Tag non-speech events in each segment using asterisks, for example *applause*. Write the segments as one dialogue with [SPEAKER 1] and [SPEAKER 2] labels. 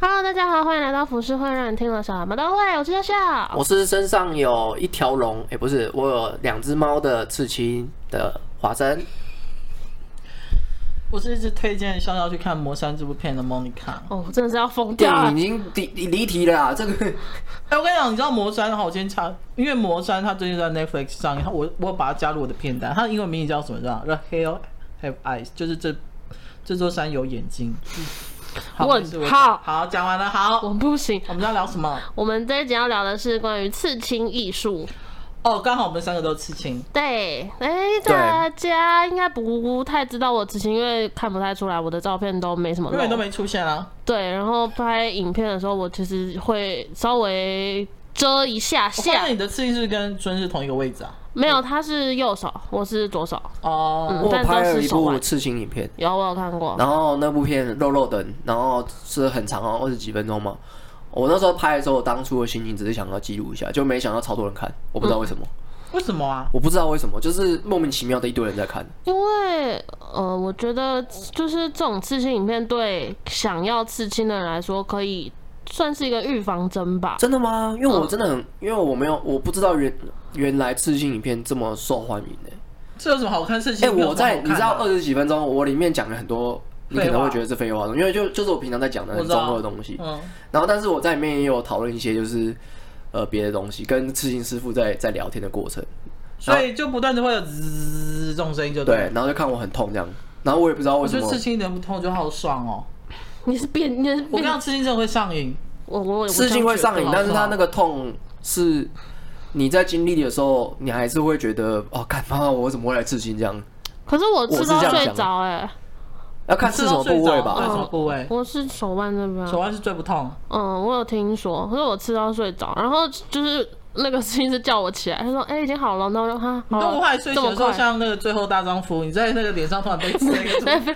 [SPEAKER 1] Hello，大家好，欢迎来到服饰会，让你听了什么都会。我是笑笑，
[SPEAKER 2] 我是身上有一条龙，哎、不是，我有两只猫的刺青的华生。
[SPEAKER 3] 我是一直推荐逍遥去看《魔山》这部片的 Monica。
[SPEAKER 1] 哦，我真的是要疯掉
[SPEAKER 2] 电
[SPEAKER 1] 了
[SPEAKER 2] 影已。经离离离题了啦，
[SPEAKER 1] *laughs*
[SPEAKER 2] 这个
[SPEAKER 3] 哎、我跟你讲，你知道《魔山》的话，我先查，因为《魔山》它最近在 Netflix 上，它我我把它加入我的片单。它的英文名字叫什么？知道吗？The Hill Have Eyes，就是这这座山有眼睛。好
[SPEAKER 1] 嗯问
[SPEAKER 3] 没事我
[SPEAKER 1] 号
[SPEAKER 3] 好，讲完了。好，
[SPEAKER 1] 我
[SPEAKER 3] 我
[SPEAKER 1] 们不行，
[SPEAKER 3] 们要聊什么？
[SPEAKER 1] 我们这一集要聊的是关于刺青艺术。
[SPEAKER 3] 哦，刚好我们三个都刺青。
[SPEAKER 1] 对，哎，大家应该不太知道我刺青，因为看不太出来，我的照片都没什么
[SPEAKER 3] 因为你都
[SPEAKER 1] 肉。
[SPEAKER 3] 没出现啊，
[SPEAKER 1] 对，然后拍影片的时候，我其实会稍微遮一下
[SPEAKER 3] 我发
[SPEAKER 1] 下
[SPEAKER 3] 现，你的刺青是跟尊是同一个位置啊。
[SPEAKER 1] 没有，他是右手，我是左手。
[SPEAKER 3] 哦、
[SPEAKER 1] 嗯
[SPEAKER 2] 我
[SPEAKER 1] 但
[SPEAKER 2] 拍
[SPEAKER 1] 都
[SPEAKER 2] 了
[SPEAKER 1] 是
[SPEAKER 2] 一
[SPEAKER 1] 手哦
[SPEAKER 2] 部
[SPEAKER 1] 腕。
[SPEAKER 2] 刺青影片，
[SPEAKER 1] 有，我有看过。
[SPEAKER 2] 然后那部片肉肉的，然后是很长哦，二十几分钟嘛。我那时候拍的时候，我当初的心情只是想要记录一下，就没想到超多人看，我不知道为什么，
[SPEAKER 1] 嗯
[SPEAKER 3] 为什么啊？
[SPEAKER 2] 我不知道为什么，就是莫名其妙的一堆人在看。
[SPEAKER 1] 因为呃，我觉得就是这种刺青影片对想要刺青的人来说，可以算是一个预防针吧。
[SPEAKER 2] 真的吗？因为
[SPEAKER 1] 嗯
[SPEAKER 2] 我真的很，因为我没有，我不知道原原来刺青影片这么受欢迎诶、
[SPEAKER 3] 这有什么好看？刺
[SPEAKER 2] 哎、
[SPEAKER 3] 青没有
[SPEAKER 2] 我
[SPEAKER 3] 什么好看啊、
[SPEAKER 2] 在你知道二十几分钟，我里面讲了很多，你可
[SPEAKER 3] 废
[SPEAKER 2] 能
[SPEAKER 3] 话
[SPEAKER 2] 会觉得是废话，因为就就是我平常在讲的
[SPEAKER 3] 我
[SPEAKER 2] 很
[SPEAKER 3] 知
[SPEAKER 2] 中
[SPEAKER 3] 道
[SPEAKER 2] 二的东西。
[SPEAKER 3] 嗯，
[SPEAKER 2] 然后，但是我在里面也有讨论一些就是呃别的东西，跟刺青师傅在在聊天的过程。
[SPEAKER 3] 所以就不断的会有滋这种声音，就
[SPEAKER 2] 对，。然后就看我很痛这样，然后我也不知道为
[SPEAKER 3] 我
[SPEAKER 2] 什
[SPEAKER 3] 觉得
[SPEAKER 2] 么
[SPEAKER 3] 刺。青一点不痛，我觉得好爽哦。
[SPEAKER 1] 你是变，你是
[SPEAKER 3] 我
[SPEAKER 1] 变
[SPEAKER 3] 跟你，讲刺青真的会上
[SPEAKER 2] *laughs*
[SPEAKER 3] 瘾，
[SPEAKER 1] 我我我
[SPEAKER 2] 刺青会上瘾，
[SPEAKER 3] 我这样
[SPEAKER 2] 但
[SPEAKER 3] 觉得
[SPEAKER 2] 是他那个痛是你在经历的时候，你还是会觉得哦，干妈我怎么会来刺青这样？
[SPEAKER 1] 可是我
[SPEAKER 2] 我
[SPEAKER 1] 吃
[SPEAKER 2] 是这
[SPEAKER 1] 到
[SPEAKER 2] 样
[SPEAKER 1] 睡
[SPEAKER 2] 想的
[SPEAKER 1] 着哎、欸
[SPEAKER 2] 要看
[SPEAKER 3] 刺
[SPEAKER 2] 是什么部位
[SPEAKER 3] 对，
[SPEAKER 1] 嗯
[SPEAKER 3] 什
[SPEAKER 2] 吧。
[SPEAKER 3] 么部位？
[SPEAKER 1] 我是手腕这边啊，
[SPEAKER 3] 手腕是最不痛。
[SPEAKER 1] 嗯，我有听说，可是我吃到睡着，然后就是那个心是叫我起来，他说：“哎、已经好了。”然后我就哈，好
[SPEAKER 3] 你
[SPEAKER 1] 了
[SPEAKER 3] 我后来睡
[SPEAKER 1] 这
[SPEAKER 3] 醒
[SPEAKER 1] 么
[SPEAKER 3] 的时候，
[SPEAKER 1] 快，
[SPEAKER 3] 像那个最后大丈夫，你在那个脸上突然被刺了一个，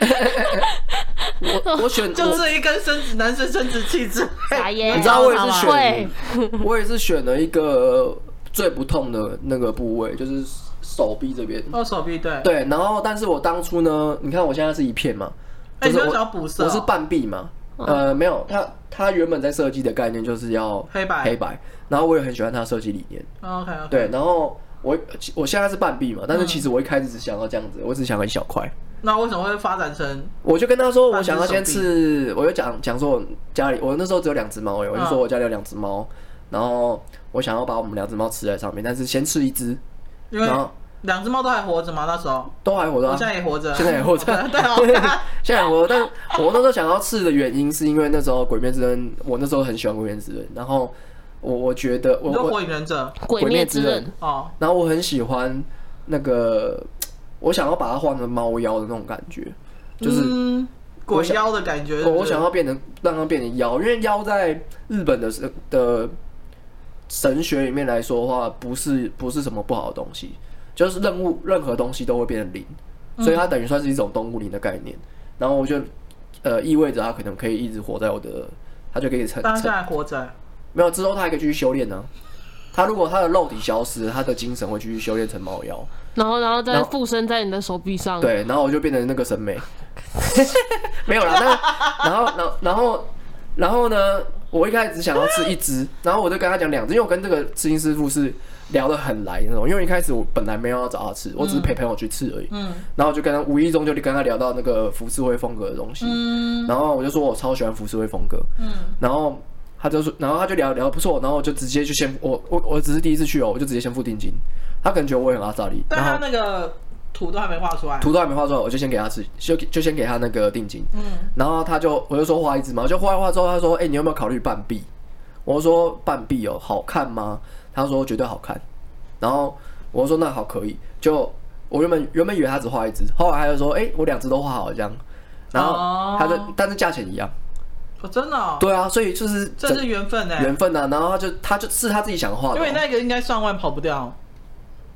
[SPEAKER 2] 我我选
[SPEAKER 3] 就
[SPEAKER 2] 我
[SPEAKER 3] 是一根生殖男生生殖器之类的
[SPEAKER 1] 傻哎耶，
[SPEAKER 2] 你知道我也是
[SPEAKER 1] 好啊会
[SPEAKER 2] 选，我也是选了一个最不痛的那个部位，就是手臂这边。
[SPEAKER 3] 哦，手臂对。
[SPEAKER 2] 对，然后但是我当初呢，你看我现在是一片嘛，
[SPEAKER 3] 哎，你
[SPEAKER 2] 就是
[SPEAKER 3] 有
[SPEAKER 2] 我
[SPEAKER 3] 想要补色哦？
[SPEAKER 2] 我是半臂嘛，
[SPEAKER 1] 嗯
[SPEAKER 2] 呃，没有，它它原本在设计的概念就是要
[SPEAKER 3] 黑白嗯
[SPEAKER 2] 黑白，然后我也很喜欢它的设计理念，
[SPEAKER 3] OK OK。
[SPEAKER 2] 对，然后我我现在是半臂嘛，
[SPEAKER 1] 嗯
[SPEAKER 2] 但是其实我一开始只想要这样子，我只想要一小块，
[SPEAKER 3] 那为什么会发展成？
[SPEAKER 2] 我就跟他说，我想要
[SPEAKER 3] 半
[SPEAKER 2] 先
[SPEAKER 3] 只手臂
[SPEAKER 2] 吃，我就讲讲说我家里，我那时候只有两只
[SPEAKER 3] 嗯
[SPEAKER 2] 猫而已，我就说我家里有两只猫，然后我想要把我们两只猫吃在上面，但是先吃一只，
[SPEAKER 3] 因为
[SPEAKER 2] 然后
[SPEAKER 3] 两只猫都还活着嘛，那时候
[SPEAKER 2] 都还活着、
[SPEAKER 3] 我
[SPEAKER 2] 啊，
[SPEAKER 3] 现
[SPEAKER 2] *laughs*
[SPEAKER 3] 在也活着，
[SPEAKER 2] 现在也活着，
[SPEAKER 3] *laughs* 对
[SPEAKER 2] *laughs*
[SPEAKER 3] 啊。
[SPEAKER 2] 现在也活着。但我那时候想要吃的原因，是因为那时候《鬼灭之刃》，我那时候很喜欢《鬼灭之刃》，然后我我觉得我
[SPEAKER 3] 你说
[SPEAKER 2] 我
[SPEAKER 3] 火影忍者
[SPEAKER 1] 鬼灭之刃，
[SPEAKER 3] 哦，
[SPEAKER 2] 然后我很喜欢那个，我想要把它换成猫妖的那种感觉，就是。
[SPEAKER 3] 嗯
[SPEAKER 2] 我
[SPEAKER 3] 鬼
[SPEAKER 2] 想
[SPEAKER 3] 妖的感觉。
[SPEAKER 2] 我
[SPEAKER 3] 对不
[SPEAKER 2] 哦
[SPEAKER 3] 对
[SPEAKER 2] 我想要变成让它变成妖，因为妖在日本的神的神学里面来说的话，不是不是什么不好的东西，就是任务任何东西都会变成灵，所以它等于算是一种动物灵的概念。然后我就呃意味着它可能可以一直活在我的，它就可以成
[SPEAKER 3] 当
[SPEAKER 2] 成
[SPEAKER 3] 下还活着，
[SPEAKER 2] 没有之后它还可以继续修炼呢、它如果它的肉体消失，它的精神会继续修炼成猫妖。
[SPEAKER 1] 然后然后再
[SPEAKER 2] 然后
[SPEAKER 1] 附身在你的手臂上，
[SPEAKER 2] 对，然后我就变成那个审美， *laughs* 没有啦。那然后，然后，然后，然后呢？我一开始只想要吃一只，然后我就跟他讲两只，因为我跟这个刺青师傅是聊得很来的那种。因为一开始我本来没有要找他吃，我只是陪朋友去吃而已。
[SPEAKER 3] 嗯
[SPEAKER 2] 然后我就跟他无意中就跟他聊到那个浮世绘风格的东西，
[SPEAKER 3] 嗯
[SPEAKER 2] 然后我就说我超喜欢浮世绘风格，
[SPEAKER 3] 嗯，
[SPEAKER 2] 然后他就说，然后他就聊聊得不错，然后我就直接就先我我我只是第一次去哦，我就直接先付定金。他可能觉得我也很阿扎利，
[SPEAKER 3] 但
[SPEAKER 2] 然后
[SPEAKER 3] 他那个图都还没画出来，
[SPEAKER 2] 图都还没画出来，我就先给他吃，就就先给他那个定金。
[SPEAKER 3] 嗯，
[SPEAKER 2] 然后他就我就说画一只嘛，我就画一画之后，他说：“哎、你有没有考虑半臂？”我说：“半臂哦，好看吗？”他说：“绝对好看。”然后我说：“那好，可以。”就我原本原本以为他只画一只，后来他就说：“哎、我两只都画好了这样。”然后
[SPEAKER 3] 哦
[SPEAKER 2] 他就、但是价钱一样，
[SPEAKER 3] 哦，真的、哦，
[SPEAKER 2] 对啊，所以就是
[SPEAKER 3] 这是缘分哎、
[SPEAKER 2] 缘分啊。然后他就他就是他自己想画的
[SPEAKER 3] 因
[SPEAKER 2] 哦、
[SPEAKER 3] 为那个应该上万跑不掉，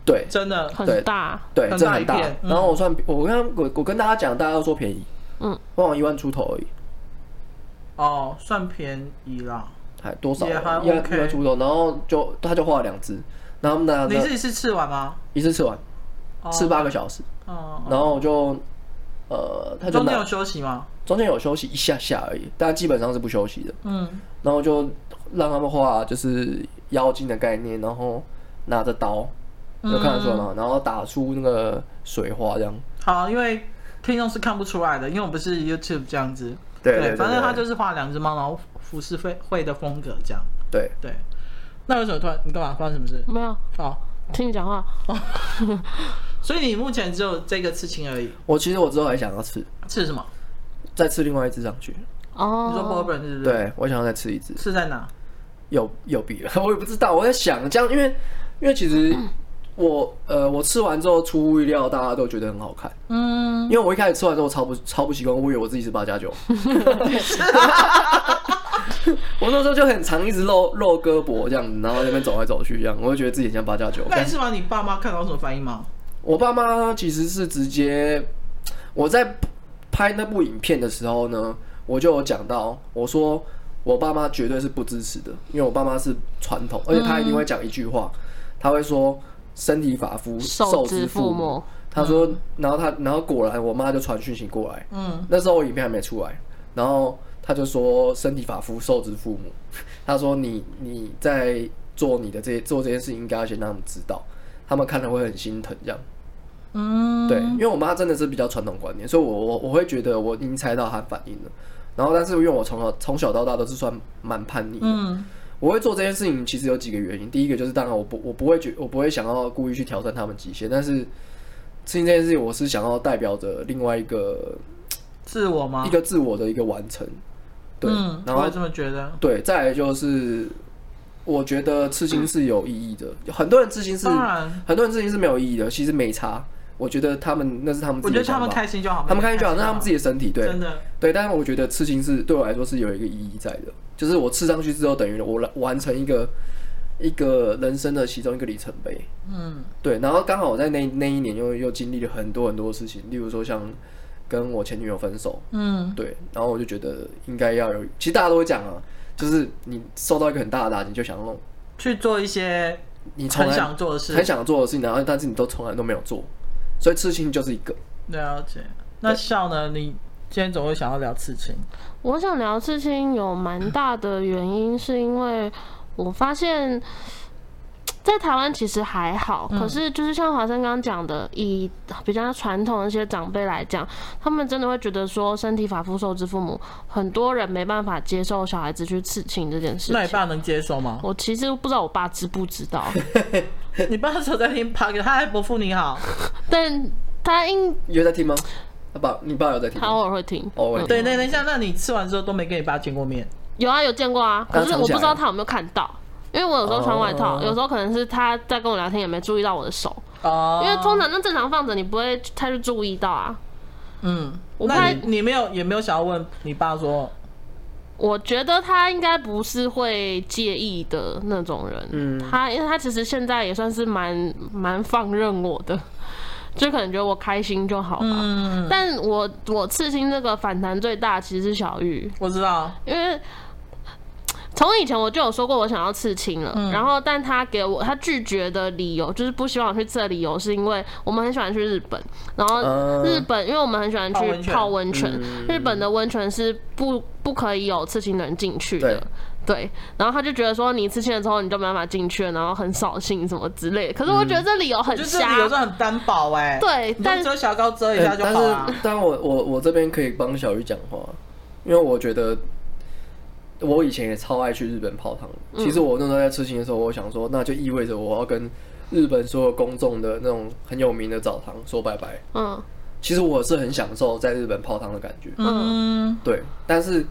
[SPEAKER 2] 对
[SPEAKER 3] 真的。
[SPEAKER 1] 很
[SPEAKER 2] 对
[SPEAKER 1] 大，
[SPEAKER 2] 对，
[SPEAKER 3] 很
[SPEAKER 2] 这
[SPEAKER 3] 大
[SPEAKER 2] 很
[SPEAKER 3] 一
[SPEAKER 2] 大
[SPEAKER 3] 片。嗯
[SPEAKER 2] 然后我算我跟我我跟大家讲，大家都说便宜，
[SPEAKER 1] 嗯，
[SPEAKER 2] 往往一万出头而已。
[SPEAKER 3] 哦，算便宜啦。
[SPEAKER 2] 还多少
[SPEAKER 3] 也还
[SPEAKER 2] 一万
[SPEAKER 3] OK
[SPEAKER 2] 一万出头，然后就他就画了两只，然后那
[SPEAKER 3] 你
[SPEAKER 2] 那
[SPEAKER 3] 自己是吃完吗？
[SPEAKER 2] 一次吃完，
[SPEAKER 3] 哦
[SPEAKER 2] 吃八个小时，
[SPEAKER 3] 哦，
[SPEAKER 2] 然后我就呃，他就
[SPEAKER 3] 中间有
[SPEAKER 2] 拿
[SPEAKER 3] 休息吗？
[SPEAKER 2] 中间有休息一下下而已，但基本上是不休息的。
[SPEAKER 3] 嗯，
[SPEAKER 2] 然后就让他们画就是妖精的概念，然后拿着刀，有看得出来
[SPEAKER 3] 嗯
[SPEAKER 2] 吗？然后打出那个水花这样。
[SPEAKER 3] 好，因为听众是看不出来的，因为我们是 YouTube 这样子。
[SPEAKER 2] 对对对
[SPEAKER 3] 反正
[SPEAKER 2] 对
[SPEAKER 3] 他就是画两只猫，然后服饰会会的风格这样。
[SPEAKER 2] 对，
[SPEAKER 3] 对，那为什么突然你干嘛？发生什么事？
[SPEAKER 2] 嗯
[SPEAKER 1] 没有
[SPEAKER 3] 哦，
[SPEAKER 1] 听你讲话，
[SPEAKER 3] 所以你目前只有这个刺青而已，
[SPEAKER 2] 我其实我之后还想要吃，
[SPEAKER 3] 刺什么？
[SPEAKER 2] 再吃另外一只上去。
[SPEAKER 1] 哦，
[SPEAKER 3] 你说 Bourbon 是不是？，
[SPEAKER 2] 对我想要再吃一只，
[SPEAKER 3] 刺在哪？
[SPEAKER 2] 有有比了， *laughs* 我也不知道。我在想这样，因为因为其实我呃我吃完之后出乎意料，大家都觉得很好看。
[SPEAKER 3] 嗯，
[SPEAKER 2] 因为我一开始吃完之后我超不超不习惯，我以为我自己是八加九。 *laughs* 我那时候就很常一直露露胳膊这样子，然后在那边走来走去这样，我就觉得自己很像八加九。
[SPEAKER 3] 那你是把你爸妈看到什么反应吗？
[SPEAKER 2] 我爸妈其实是直接我在拍那部影片的时候呢，我就有讲到，我说我爸妈绝对是不支持的，因为我爸妈是传统，而且他一定会讲一句话，他会说“身体发肤，
[SPEAKER 1] 受
[SPEAKER 2] 受
[SPEAKER 1] 之
[SPEAKER 2] 之
[SPEAKER 1] 父
[SPEAKER 2] 父
[SPEAKER 1] 母
[SPEAKER 2] 母”。他说，然后他，然后果然我妈就传讯息过来，
[SPEAKER 3] 嗯，
[SPEAKER 2] 那时候我影片还没出来，然后他就说“身体发肤，受之父母”。 *laughs* 他说你你在做你的这些做这件事，应该要先让他们知道，他们看了会很心疼这样。
[SPEAKER 3] 嗯，
[SPEAKER 2] 对，因为我妈真的是比较传统观念，所以我我我会觉得我已经猜到她反应了。然后，但是因为我从小从小到大都是算蛮叛逆的，
[SPEAKER 3] 嗯
[SPEAKER 2] 我会做这件事情其实有几个原因。第一个就是，当然我不我不会觉我不会想要故意去挑战他们极限，但是事情这件事情我是想要代表着另外一个
[SPEAKER 3] 自我吗
[SPEAKER 2] 一？个自我的一个完成。对，
[SPEAKER 3] 啊嗯，
[SPEAKER 2] 然
[SPEAKER 3] 我
[SPEAKER 2] 后
[SPEAKER 3] 也这么觉得。
[SPEAKER 2] 对，再来就是，我觉得刺青是有意义的。很多人刺青是，
[SPEAKER 3] 当然，
[SPEAKER 2] 很多人刺青是没有意义的，其实没差。我觉得他们那是他们
[SPEAKER 3] 我
[SPEAKER 2] 自己的
[SPEAKER 3] 觉得他
[SPEAKER 2] 想
[SPEAKER 3] 们
[SPEAKER 2] 法，
[SPEAKER 3] 开心就好，
[SPEAKER 2] 他们开心就好，那是他们自
[SPEAKER 3] 己
[SPEAKER 2] 己的身体，对
[SPEAKER 3] 真的。
[SPEAKER 2] 对。但是我觉得刺青是对我来说是有一个意义在的，就是我刺上去之后，等于我来完成一个一个人生的其中一个里程碑。
[SPEAKER 3] 嗯，
[SPEAKER 2] 对，然后刚好我在那那一年又又经历了很多很多事情，例如说像跟我前女友分手，
[SPEAKER 3] 嗯，
[SPEAKER 2] 对，然后我就觉得应该要有，其实大家都会讲啊，就是你受到一个很大的打击，你就想弄，
[SPEAKER 3] 去做一些
[SPEAKER 2] 你从
[SPEAKER 3] 很
[SPEAKER 2] 来
[SPEAKER 3] 想做的事。
[SPEAKER 2] 很想做的事情，然后但是你都从来都没有做，所以刺青就是一个，
[SPEAKER 3] 了解。那笑呢？你今天总会想要聊刺青，
[SPEAKER 1] 我想聊刺青有蛮大的原因，是因为我发现，在台湾其实还好，
[SPEAKER 3] 嗯
[SPEAKER 1] 可是就是像华生刚刚讲的，以比较传统的一些长辈来讲，他们真的会觉得说身体发肤受之父母，很多人没办法接受小孩子去刺青这件事
[SPEAKER 3] 那你
[SPEAKER 1] 情。
[SPEAKER 3] 爸能接受吗？
[SPEAKER 1] 我其实不知道我爸知不知道，
[SPEAKER 3] *laughs* 你爸那时候在听 p o d 他还伯父你好，
[SPEAKER 2] 嗯
[SPEAKER 1] 但他应
[SPEAKER 2] 你有在听吗？他爸，你爸有在听
[SPEAKER 1] 他
[SPEAKER 2] 吗？哦
[SPEAKER 1] 偶尔会听，
[SPEAKER 2] 偶尔
[SPEAKER 1] 嗯
[SPEAKER 3] 对，那等一下，那你吃完之后都没跟你爸见过面，
[SPEAKER 1] 有啊，有见过啊，可
[SPEAKER 2] 刚
[SPEAKER 1] 是
[SPEAKER 2] 藏
[SPEAKER 1] 我
[SPEAKER 2] 起
[SPEAKER 1] 不
[SPEAKER 2] 来
[SPEAKER 1] 知道他有没有看到，因为我有时候穿外套，
[SPEAKER 2] 哦
[SPEAKER 1] 有时候可能是他在跟我聊天也没注意到我的手，
[SPEAKER 3] 哦
[SPEAKER 1] 因为通常那正常放着你不会太去注意到啊。
[SPEAKER 3] 嗯，
[SPEAKER 1] 我不
[SPEAKER 3] 那
[SPEAKER 1] 太
[SPEAKER 3] 你，你没有也没有想要问你爸说，
[SPEAKER 1] 我觉得他应该不是会介意的那种人，
[SPEAKER 2] 嗯
[SPEAKER 1] 他因为他其实现在也算是蛮蛮放任我的， *laughs* 就可能觉得我开心就好吧。
[SPEAKER 3] 嗯，
[SPEAKER 1] 但我我刺青这个反弹最大其实是小玉，
[SPEAKER 3] 我知道，
[SPEAKER 1] 因为从以前我就有说过我想要刺青了，
[SPEAKER 3] 嗯
[SPEAKER 1] 然后但他给我他拒绝的理由就是不希望我去刺的理由，是因为我们很喜欢去日本，然后
[SPEAKER 2] 嗯
[SPEAKER 1] 日本、因为我们很喜欢
[SPEAKER 3] 泡
[SPEAKER 1] 去
[SPEAKER 3] 温泉
[SPEAKER 1] 泡温泉，
[SPEAKER 2] 嗯
[SPEAKER 1] 日本的温泉是不不可以有刺青的人进去的。对，然后他就觉得说你刺青了之后你就没办法进去了，然后很扫兴什么之类的。可是我
[SPEAKER 2] 嗯
[SPEAKER 1] 觉得这理由很
[SPEAKER 3] 就这
[SPEAKER 1] 瞎
[SPEAKER 3] 理，由是很单薄哎，，
[SPEAKER 1] 对，
[SPEAKER 3] 你
[SPEAKER 1] 但
[SPEAKER 3] 就遮小高遮一
[SPEAKER 2] 哎
[SPEAKER 3] 下就
[SPEAKER 2] 但
[SPEAKER 3] 好啊了
[SPEAKER 2] 是，但我我我这边可以帮小玉讲话，因为我觉得我以前也超爱去日本泡汤的。其实我那时候在吃青的时候，我想说，那就意味着我要跟日本所有公众的那种很有名的澡堂说拜拜。
[SPEAKER 1] 嗯
[SPEAKER 2] 其实我是很享受在日本泡汤的感觉，
[SPEAKER 3] 嗯，
[SPEAKER 2] 对。但是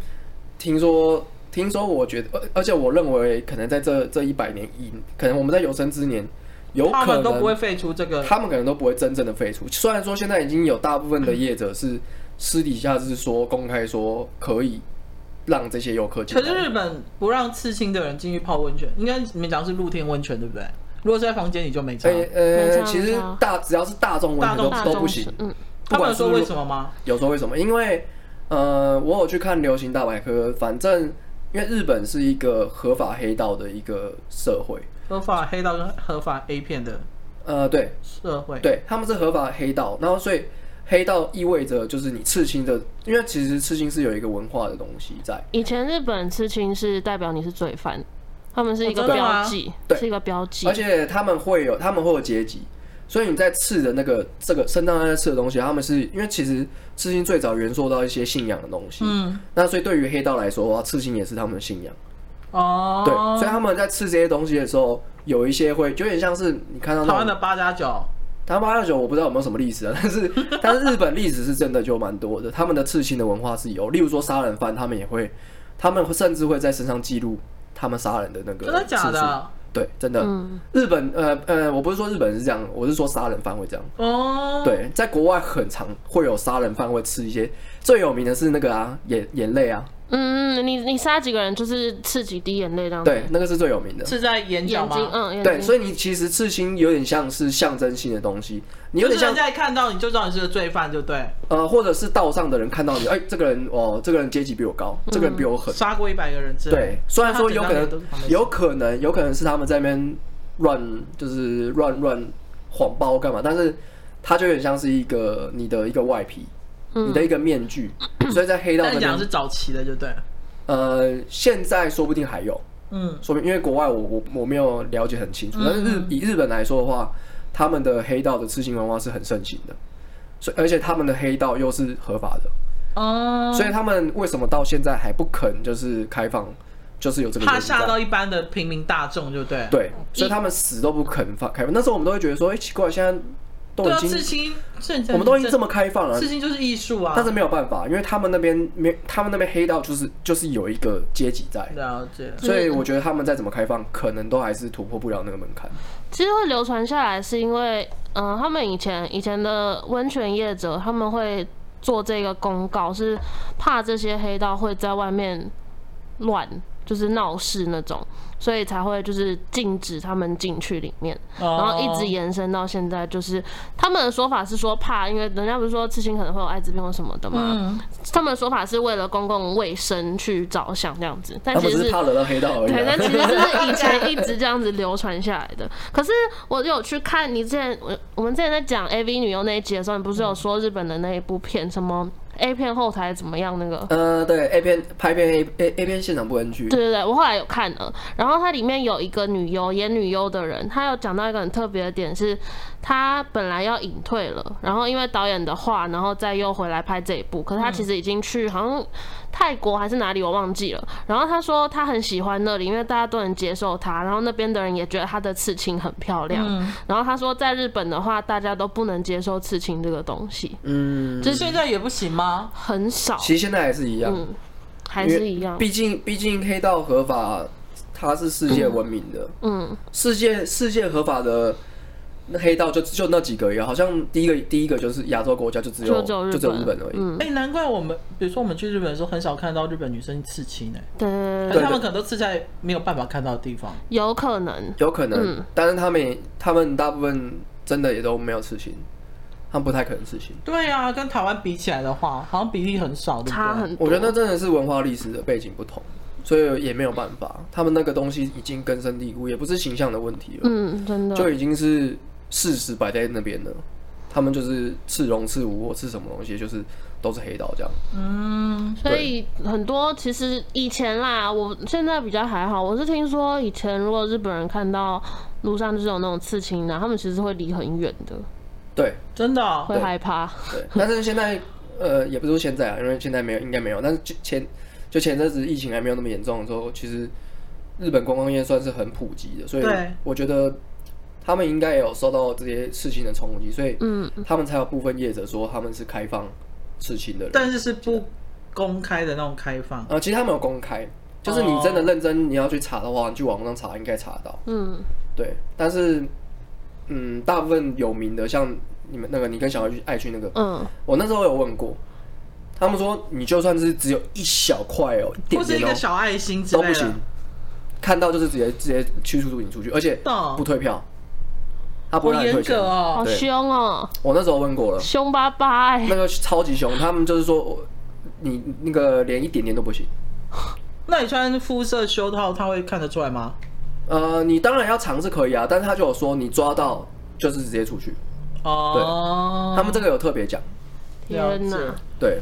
[SPEAKER 2] 听说，听说，我觉得，而而且我认为，可能在这这一百年以，可能我们在有生之年，有
[SPEAKER 3] 他
[SPEAKER 2] 可
[SPEAKER 3] 们都
[SPEAKER 2] 能
[SPEAKER 3] 不会废除这个，
[SPEAKER 2] 他们可能都不会真正的废除。虽然说现在已经有大部分的业者是私底下是说公开说可以让这些游客进
[SPEAKER 3] 可是
[SPEAKER 2] 来，
[SPEAKER 3] 日本不让刺青的人进去泡温泉，应该你们讲是露天温泉对不对？如果是在房间里就没差，
[SPEAKER 2] 呃
[SPEAKER 1] 没差
[SPEAKER 2] 呃，
[SPEAKER 1] 没
[SPEAKER 2] 其实
[SPEAKER 1] 差
[SPEAKER 2] 大只要是大众温泉都
[SPEAKER 3] 大
[SPEAKER 1] 众
[SPEAKER 2] 都不行
[SPEAKER 1] 是。嗯，
[SPEAKER 3] 他
[SPEAKER 2] 不
[SPEAKER 3] 们
[SPEAKER 2] 管
[SPEAKER 3] 有
[SPEAKER 2] 是
[SPEAKER 3] 说为什么吗？
[SPEAKER 2] 有时候为什么？因为呃，我有去看《流行大百科》，反正因为日本是一个合法黑道的一个社会，
[SPEAKER 3] 合法黑道跟合法 A 片的
[SPEAKER 2] 呃，对，
[SPEAKER 3] 社会，
[SPEAKER 2] 对，他们是合法黑道，然后所以黑道意味着就是你刺青的，因为其实刺青是有一个文化的东西在，
[SPEAKER 1] 以前日本刺青是代表你是罪犯，他们是一
[SPEAKER 3] 哦
[SPEAKER 1] 个
[SPEAKER 3] 真的吗
[SPEAKER 1] 标记，
[SPEAKER 2] 对
[SPEAKER 1] 是一个标记
[SPEAKER 2] 而。且他们会有他们会有阶级，所以你在刺的那个这个身上在刺的东西，他们是因为其实刺青最早原说到一些信仰的东西，
[SPEAKER 3] 嗯，
[SPEAKER 2] 那所以对于黑道来说的话，刺青也是他们的信仰。
[SPEAKER 3] 哦，
[SPEAKER 2] 对，所以他们在吃这些东西的时候，有一些会就有点像是你看到
[SPEAKER 3] 台
[SPEAKER 2] 那
[SPEAKER 3] 湾
[SPEAKER 2] 种
[SPEAKER 3] 的八加九，
[SPEAKER 2] 他妈的酒，我不知道有没有什么历史啊，但是 *laughs* 但是日本历史是真的就蛮多的，他们的刺青的文化是有，例如说杀人犯，他们也会，他们甚至会在身上记录他们杀人的那个
[SPEAKER 3] 真的假
[SPEAKER 2] 次数？
[SPEAKER 3] 的？
[SPEAKER 2] 对，真的。
[SPEAKER 1] 嗯，
[SPEAKER 2] 日本呃呃，我不是说日本人是这样，我是说杀人犯会这样。
[SPEAKER 3] 哦，，
[SPEAKER 2] 对，在国外很常会有杀人犯会吃一些，最有名的是那个啊眼眼泪啊，
[SPEAKER 1] 嗯，你你杀几个人就是刺几滴眼泪这样子。
[SPEAKER 2] 对，那个是最有名的。
[SPEAKER 3] 是在眼角
[SPEAKER 1] 眼
[SPEAKER 3] 吗？
[SPEAKER 1] 睛，嗯，眼睛。
[SPEAKER 2] 对，所以你其实刺青有点像是象征性的东西，你有
[SPEAKER 3] 就是
[SPEAKER 2] 点像
[SPEAKER 3] 人家一看到你就知道你是个罪犯，就对，
[SPEAKER 2] 呃，或者是道上的人看到你，哎，这个人哦，这个人阶级比我高，这个人比我狠。
[SPEAKER 3] 杀过一百个人之类的。
[SPEAKER 2] 对，虽然说有可
[SPEAKER 3] 他整张脸都是旁
[SPEAKER 2] 能，
[SPEAKER 3] 边
[SPEAKER 2] 有可能，有可能是他们在那边乱，就是乱乱谎报干嘛，但是它就有点像是一个你的一个外皮，你的一个面具，所以在黑道
[SPEAKER 3] 但
[SPEAKER 2] 那
[SPEAKER 3] 你讲的
[SPEAKER 2] 边
[SPEAKER 3] 是，早期的，就对了。
[SPEAKER 2] 呃，现在说不定还有，
[SPEAKER 3] 嗯，
[SPEAKER 2] 说明因为国外我我我没有了解很清楚，但是日以日本来说的话，他们的黑道的刺青文化是很盛行的，所以而且他们的黑道又是合法的，
[SPEAKER 3] 哦，
[SPEAKER 2] 所以他们为什么到现在还不肯就是开放，就是有这个
[SPEAKER 3] 怕
[SPEAKER 2] 原因
[SPEAKER 3] 吓
[SPEAKER 2] 在。
[SPEAKER 3] 到一般的平民大众，就对。，
[SPEAKER 2] 对，所以他们死都不肯放开放。那时候我们都会觉得说，哎、奇怪，现在都
[SPEAKER 3] 对
[SPEAKER 2] 已
[SPEAKER 3] 啊，
[SPEAKER 2] 经、
[SPEAKER 3] 刺青，是
[SPEAKER 2] 我们都已经这么开放了，
[SPEAKER 3] 刺青就是艺术啊。
[SPEAKER 2] 但是没有办法，因为他们那边没，他们那边黑道就是就是有一个阶级在，
[SPEAKER 3] 了解，
[SPEAKER 2] 所以我觉得他们再怎么开放，可能都还是突破不了那个门槛。
[SPEAKER 1] 其实会流传下来，是因为，嗯、他们以前以前的温泉业者，他们会做这个公告，是怕这些黑道会在外面乱，就是闹事那种，所以才会就是禁止他们进去里面，然
[SPEAKER 3] 然
[SPEAKER 1] 后一直延伸到现在，就是他们的说法是说怕，因为人家不是说刺青可能会有艾滋病或什么的嘛，
[SPEAKER 3] 嗯，
[SPEAKER 1] 他们的说法是为了公共卫生去着想这样子，但
[SPEAKER 2] 他
[SPEAKER 1] 其
[SPEAKER 2] 们
[SPEAKER 1] 实
[SPEAKER 2] 只
[SPEAKER 1] 是
[SPEAKER 2] 是怕惹到黑道而已、
[SPEAKER 1] 对，
[SPEAKER 2] 啊
[SPEAKER 1] 那。其实就是以前一直这样子流传下来的。可是我有去看你之前，我我们之前在讲 AV 女优那一集的时候，你不是有说日本的那一部片什么 A 片后台怎么样那个？
[SPEAKER 2] *laughs* 呃，对，A 片拍片 A A A 片现场不 NG，
[SPEAKER 1] 对对对，我后来有看了，然后它里面有一个女优演女优的人，她有讲到一个很特别的点是，她本来要隐退了，然后因为导演的话，然后再又回来拍这一部，可是她其实已经去好像泰国还是哪里我忘记了，然后她说她很喜欢那里，因为大家都能接受她，然后那边的人也觉得她的刺青很漂亮，然后她说在日本的话，大家都不能接受刺青这个东西，
[SPEAKER 2] 嗯，
[SPEAKER 1] 就是
[SPEAKER 3] 现在也不行吗？
[SPEAKER 1] 很少，
[SPEAKER 2] 其实现在还是一样，
[SPEAKER 1] 嗯，还
[SPEAKER 2] 因为
[SPEAKER 1] 是一样，
[SPEAKER 2] 毕竟毕竟黑道合法，它是世界闻名的，
[SPEAKER 1] 嗯，
[SPEAKER 2] 世界世界合法的那黑道就就那几个而已啊，好像第一个第一个就是亚洲国家就只有
[SPEAKER 1] 就只有日本
[SPEAKER 2] 只有日本而已。
[SPEAKER 1] 嗯，
[SPEAKER 3] 哎、难怪我们，比如说我们去日本的时候，很少看到日本女生刺青哎、
[SPEAKER 1] 对对对
[SPEAKER 3] 欸，
[SPEAKER 1] 对
[SPEAKER 3] 他们可能都刺在没有办法看到的地方。
[SPEAKER 1] 有可能。
[SPEAKER 2] 有可能，
[SPEAKER 1] 嗯
[SPEAKER 2] 但是他们也他们大部分真的也都没有刺青，他们不太可能刺青。
[SPEAKER 3] 对啊，跟台湾比起来的话，好像比例很少，对不对？
[SPEAKER 1] 差很多。
[SPEAKER 2] 我觉得那真的是文化历史的背景不同，所以也没有办法，他们那个东西已经根深蒂固，也不是形象的问题了。
[SPEAKER 1] 嗯，真的，
[SPEAKER 2] 就已经是事实摆在那边了。他们就是赤荣、赤武或赤什么东西，就是都是黑道这样。
[SPEAKER 3] 嗯
[SPEAKER 1] 所以很多其实以前啦，我现在比较还好。我是听说以前如果日本人看到路上就是有那种刺青的，他们其实会离很远的，
[SPEAKER 2] 对
[SPEAKER 3] 真的哦、
[SPEAKER 1] 会害怕。 *laughs*
[SPEAKER 2] 对，但是现在呃，也不是说现在啊，因为现在没有，应该没有。但是就前就前阵子疫情还没有那么严重的时候，其实日本观光业算是很普及的，所以
[SPEAKER 3] 对
[SPEAKER 2] 我觉得他们应该也有受到这些事情的冲击，所以
[SPEAKER 1] 嗯，
[SPEAKER 2] 他们才有部分业者说他们是开放事情的人。
[SPEAKER 3] 但是是不公开的那种开放。
[SPEAKER 2] 呃，其实他们有公开，就是你真的认真你要去查的话，你去网上查应该查得到。
[SPEAKER 1] 嗯，
[SPEAKER 2] 对，但是，嗯，大部分有名的，像你们那个，你跟小孩去爱去那个，
[SPEAKER 1] 嗯，
[SPEAKER 2] 我那时候有问过，他们说你就算是只有一小块哦，一点
[SPEAKER 3] 或是一
[SPEAKER 2] 点哦
[SPEAKER 3] 个，小爱心之
[SPEAKER 2] 都
[SPEAKER 3] 类
[SPEAKER 2] 不
[SPEAKER 3] 的
[SPEAKER 2] 行，，看到就是直接直接驱逐你出去，而且
[SPEAKER 3] 懂
[SPEAKER 2] 不退票，他不
[SPEAKER 3] 好
[SPEAKER 2] 会让你
[SPEAKER 3] 严
[SPEAKER 2] 退
[SPEAKER 3] 格
[SPEAKER 2] 钱。
[SPEAKER 1] 好
[SPEAKER 3] 哦。
[SPEAKER 2] 对
[SPEAKER 1] 凶哦，
[SPEAKER 2] 我那时候问过了，
[SPEAKER 1] 凶巴巴哎、
[SPEAKER 2] 那个超级凶，他们就是说我你那个连一点点都不行。
[SPEAKER 3] 那你穿肤色袖套，他会看得出来吗？
[SPEAKER 2] 呃，你当然要尝试可以啊，但是他就有说你抓到就是直接出去，
[SPEAKER 3] 哦，
[SPEAKER 2] 他们这个有特别讲，
[SPEAKER 3] 了
[SPEAKER 1] 天
[SPEAKER 3] 解
[SPEAKER 1] 哪！
[SPEAKER 2] 对，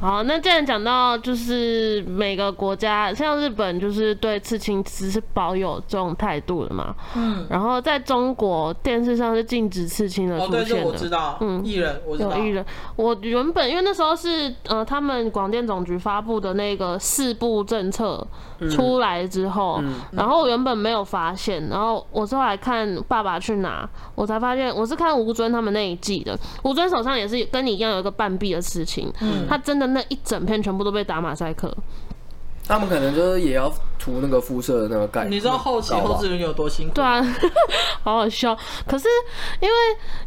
[SPEAKER 1] 好，那既然讲到就是每个国家，像日本就是对刺青只是保有这种态度的嘛，
[SPEAKER 3] 嗯，
[SPEAKER 1] 然后在中国电视上是禁止刺青的
[SPEAKER 3] 哦，
[SPEAKER 1] 出
[SPEAKER 3] 对，这
[SPEAKER 1] 现
[SPEAKER 3] 我
[SPEAKER 1] 的。
[SPEAKER 3] 知道，
[SPEAKER 1] 嗯
[SPEAKER 3] 艺人我知
[SPEAKER 1] 有
[SPEAKER 3] 道，
[SPEAKER 1] 艺人，我原本因为那时候是呃，他们广电总局发布的那个四部政策出来之后，
[SPEAKER 2] 嗯
[SPEAKER 1] 然后我原本没有发现，然后我是后来看《爸爸去哪》，我才发现我是看吴尊他们那一季的，吴尊手上也是跟你一样有一个半臂的事情，
[SPEAKER 3] 嗯
[SPEAKER 1] 他真的那一整片全部都被打马赛克，
[SPEAKER 2] 他们可能就是也要涂那个肤色的那个盖，
[SPEAKER 3] 你知道后期
[SPEAKER 2] 那个膏吧
[SPEAKER 3] 后置人有多辛苦？
[SPEAKER 1] 对啊， *laughs* 好好笑。可是因为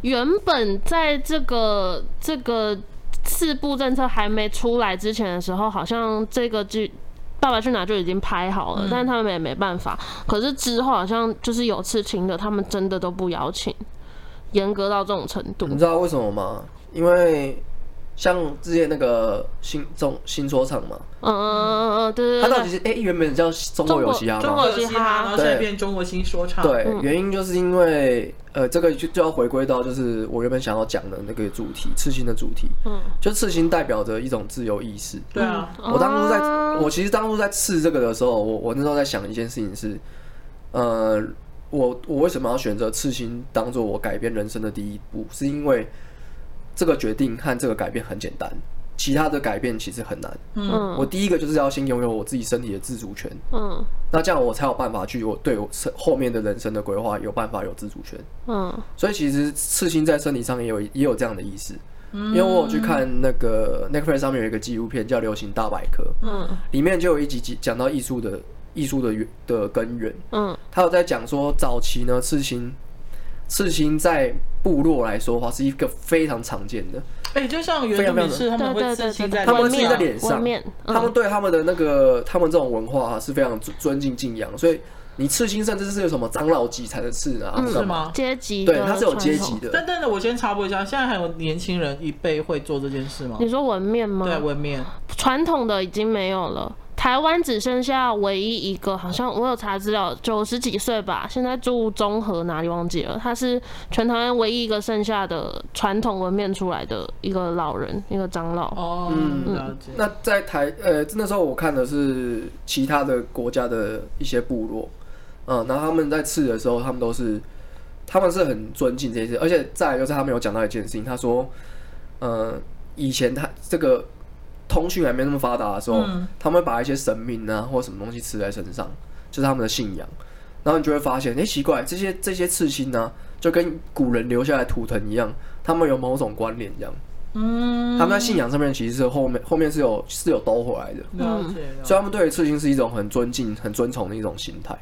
[SPEAKER 1] 原本在这个这个四部政策还没出来之前的时候，好像这个剧。爸爸去哪儿就已经拍好
[SPEAKER 2] 嗯
[SPEAKER 1] 了，但是他们也没办法。可是之后好像就是有刺青的，他们真的都不邀请，严格到这种程度。
[SPEAKER 2] 你知道为什么吗？因为像之前那个新中新说唱嘛，
[SPEAKER 1] 嗯嗯嗯嗯，对
[SPEAKER 2] 它
[SPEAKER 1] 对
[SPEAKER 2] 到
[SPEAKER 1] 对
[SPEAKER 2] 底是哎、原本叫中国有嘻哈
[SPEAKER 1] 中
[SPEAKER 2] 嘛
[SPEAKER 1] 国，
[SPEAKER 3] 中国有嘻哈，然后现在变中国新说唱，，
[SPEAKER 2] 对，原因就是因为呃，这个就就要回归到就是我原本想要讲的那个主题，刺青的主题，
[SPEAKER 1] 嗯，
[SPEAKER 2] 就刺青代表着一种自由意识。
[SPEAKER 3] 对啊，
[SPEAKER 1] 嗯
[SPEAKER 2] 我当初在，
[SPEAKER 1] 啊
[SPEAKER 2] 我其实当初在刺这个的时候，我我那时候在想一件事情是，呃，我我为什么要选择刺青当做我改变人生的第一步？是因为这个决定和这个改变很简单，其他的改变其实很难。
[SPEAKER 3] 嗯，
[SPEAKER 1] 嗯
[SPEAKER 2] 我第一个就是要先拥有我自己身体的自主权，
[SPEAKER 1] 嗯
[SPEAKER 2] 那这样我才有办法去我对我身后面的人生的规划有办法有自主权。
[SPEAKER 1] 嗯
[SPEAKER 2] 所以其实刺青在身体上也有也有这样的意思，
[SPEAKER 1] 嗯
[SPEAKER 2] 因为我有去看那个 Netflix 上面有一个纪录片叫《流行大百科》，
[SPEAKER 1] 嗯
[SPEAKER 2] 里面就有一集集讲到艺术的艺术的源的根源，
[SPEAKER 1] 嗯
[SPEAKER 2] 他有在讲说早期呢刺青，刺青在部落来说的话是一个非常常见的，
[SPEAKER 3] 哎，就像原住民是他们会刺青在
[SPEAKER 2] 他们
[SPEAKER 1] 纹
[SPEAKER 2] 会刺
[SPEAKER 1] 面
[SPEAKER 2] 在脸上
[SPEAKER 1] 纹面，嗯
[SPEAKER 2] 他们对他们的那个他们这种文化、啊是非常尊尊敬敬仰，所以你刺青甚至是有什么长老级才能刺啊，
[SPEAKER 1] 嗯
[SPEAKER 2] 干
[SPEAKER 3] 是
[SPEAKER 2] 嘛？
[SPEAKER 3] 吗？
[SPEAKER 1] 阶级的
[SPEAKER 2] 对，它是有
[SPEAKER 1] 传
[SPEAKER 2] 阶
[SPEAKER 1] 统
[SPEAKER 2] 级的。
[SPEAKER 3] 但但的，我先插播一下，现在还有年轻人一辈会做这件事吗？
[SPEAKER 1] 你说纹面吗？
[SPEAKER 3] 对，纹面，
[SPEAKER 1] 传统的已经没有了。台湾只剩下唯一一个，好像我有查资料，九十几岁吧，现在住中和哪里忘记了。他是全台湾唯一一个剩下的传统纹面出来的一个老人，一个长老。
[SPEAKER 3] 哦，
[SPEAKER 2] 嗯
[SPEAKER 3] 了解，
[SPEAKER 2] 那在台呃，那时候我看的是其他的国家的一些部落，嗯，然后他们在刺的时候，他们都是他们是很尊敬这些事，而且再来就是他们有讲到一件事情，他说，呃，以前他这个通讯还没那么发达的时候，
[SPEAKER 3] 嗯
[SPEAKER 2] 他们会把一些神明啊或什么东西刺在身上，就是他们的信仰，然后你就会发现，哎、奇怪，这些这些刺青呢、就跟古人留下来的图腾一样，他们有某种关联这样。
[SPEAKER 3] 嗯，
[SPEAKER 2] 他们在信仰上面其实是后面后面是有是有兜回来的，
[SPEAKER 3] 嗯了解，
[SPEAKER 2] 所以他们对于刺青是一种很尊敬、很尊崇的一种心态。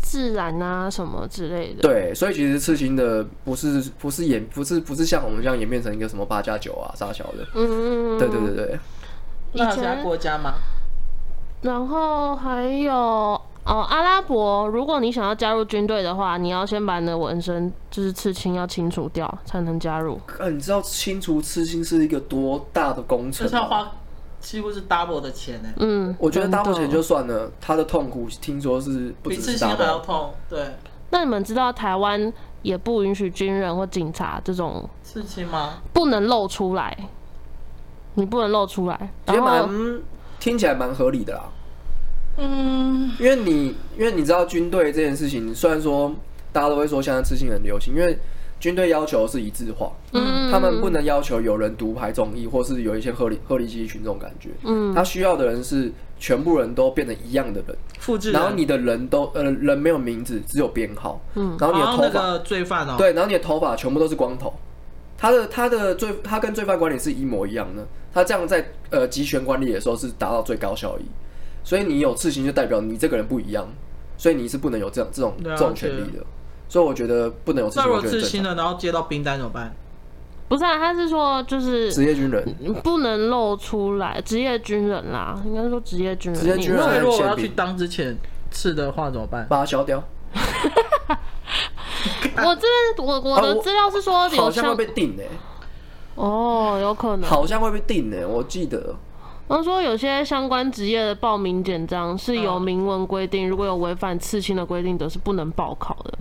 [SPEAKER 1] 自然啊什么之类的。
[SPEAKER 2] 对，所以其实刺青的不是不是演不是不是像我们这样演变成一个什么八加九啊、啥小的。
[SPEAKER 1] 嗯，嗯嗯
[SPEAKER 2] 对对对对，
[SPEAKER 3] 那还有其他国家吗？
[SPEAKER 1] 然后还有哦，阿拉伯，如果你想要加入军队的话，你要先把你的纹身就是刺青要清除掉，才能加入。
[SPEAKER 2] 啊，你知道清除刺青是一个多大的工
[SPEAKER 3] 就
[SPEAKER 2] 程
[SPEAKER 3] 是要
[SPEAKER 2] 吗？
[SPEAKER 3] 花几乎是 double 的钱呢，
[SPEAKER 1] 嗯，
[SPEAKER 2] 我觉得大
[SPEAKER 1] 真
[SPEAKER 2] 目
[SPEAKER 1] 的
[SPEAKER 2] 前就算了，他的痛苦听说是不
[SPEAKER 3] 哦比
[SPEAKER 2] 只
[SPEAKER 3] 刺
[SPEAKER 2] 是
[SPEAKER 3] 青
[SPEAKER 2] 大
[SPEAKER 3] 还要
[SPEAKER 2] 包，
[SPEAKER 3] 痛，对，
[SPEAKER 1] 那你们知道台湾也不允许军人或警察这种
[SPEAKER 3] 刺青吗？
[SPEAKER 1] 不能露出来，你不能露出来。
[SPEAKER 2] 也
[SPEAKER 1] 然后，
[SPEAKER 2] 蛮听起来蛮合理的啦。
[SPEAKER 3] 嗯，
[SPEAKER 2] 因为你因为你知道军队这件事情，虽然说大家都会说现在刺青很流行，因为军队要求是一致化，
[SPEAKER 1] 嗯
[SPEAKER 2] 他们不能要求有人独排众议，或是有一些鹤立鹤立鸡群这种感觉。
[SPEAKER 1] 嗯
[SPEAKER 2] 他需要的人是全部人都变成一样的人，
[SPEAKER 3] 复制人，
[SPEAKER 2] 然后你的人都呃人没有名字，只有编号，
[SPEAKER 1] 嗯
[SPEAKER 2] 然后你的
[SPEAKER 3] 好像
[SPEAKER 2] 头
[SPEAKER 3] 啊那
[SPEAKER 2] 发
[SPEAKER 3] 个罪犯哦，
[SPEAKER 2] 对，然后你的头发全部都是光头。他的他的罪，他跟罪犯管理是一模一样的。他这样在呃集权管理的时候是达到最高效益，所以你有刺青就代表你这个人不一样，所以你是不能有这样这种
[SPEAKER 3] 了
[SPEAKER 2] 这
[SPEAKER 3] 解
[SPEAKER 2] 种权利的。所以我觉得不能有刺
[SPEAKER 3] 啊那
[SPEAKER 2] 青，
[SPEAKER 3] 如
[SPEAKER 2] 我
[SPEAKER 3] 果
[SPEAKER 2] 觉得
[SPEAKER 3] 刺
[SPEAKER 2] 正
[SPEAKER 3] 青
[SPEAKER 2] 常。
[SPEAKER 3] 了，然后接到兵单怎么办？
[SPEAKER 1] 不是、啊，他是说就是
[SPEAKER 2] 职业军人，
[SPEAKER 1] 不能露出来，职业军人啦，应该说职业军人。
[SPEAKER 2] 职业军人
[SPEAKER 1] 你
[SPEAKER 3] 所以如果我要
[SPEAKER 2] 宪兵
[SPEAKER 3] 去当之前刺的话怎么办？
[SPEAKER 2] 把它消掉，
[SPEAKER 1] 我这边我我
[SPEAKER 2] 啊
[SPEAKER 1] 的
[SPEAKER 2] 我
[SPEAKER 1] 资料是说
[SPEAKER 2] 好
[SPEAKER 1] 有
[SPEAKER 2] 像
[SPEAKER 1] 像
[SPEAKER 2] 会被定呢、
[SPEAKER 1] 哦，有可能。
[SPEAKER 2] 好像会被定呢、欸我记得
[SPEAKER 1] 然后说有些相关职业的报名简章是
[SPEAKER 2] 嗯
[SPEAKER 1] 有明文规定，如果有违反刺青的规定的是不能报考的。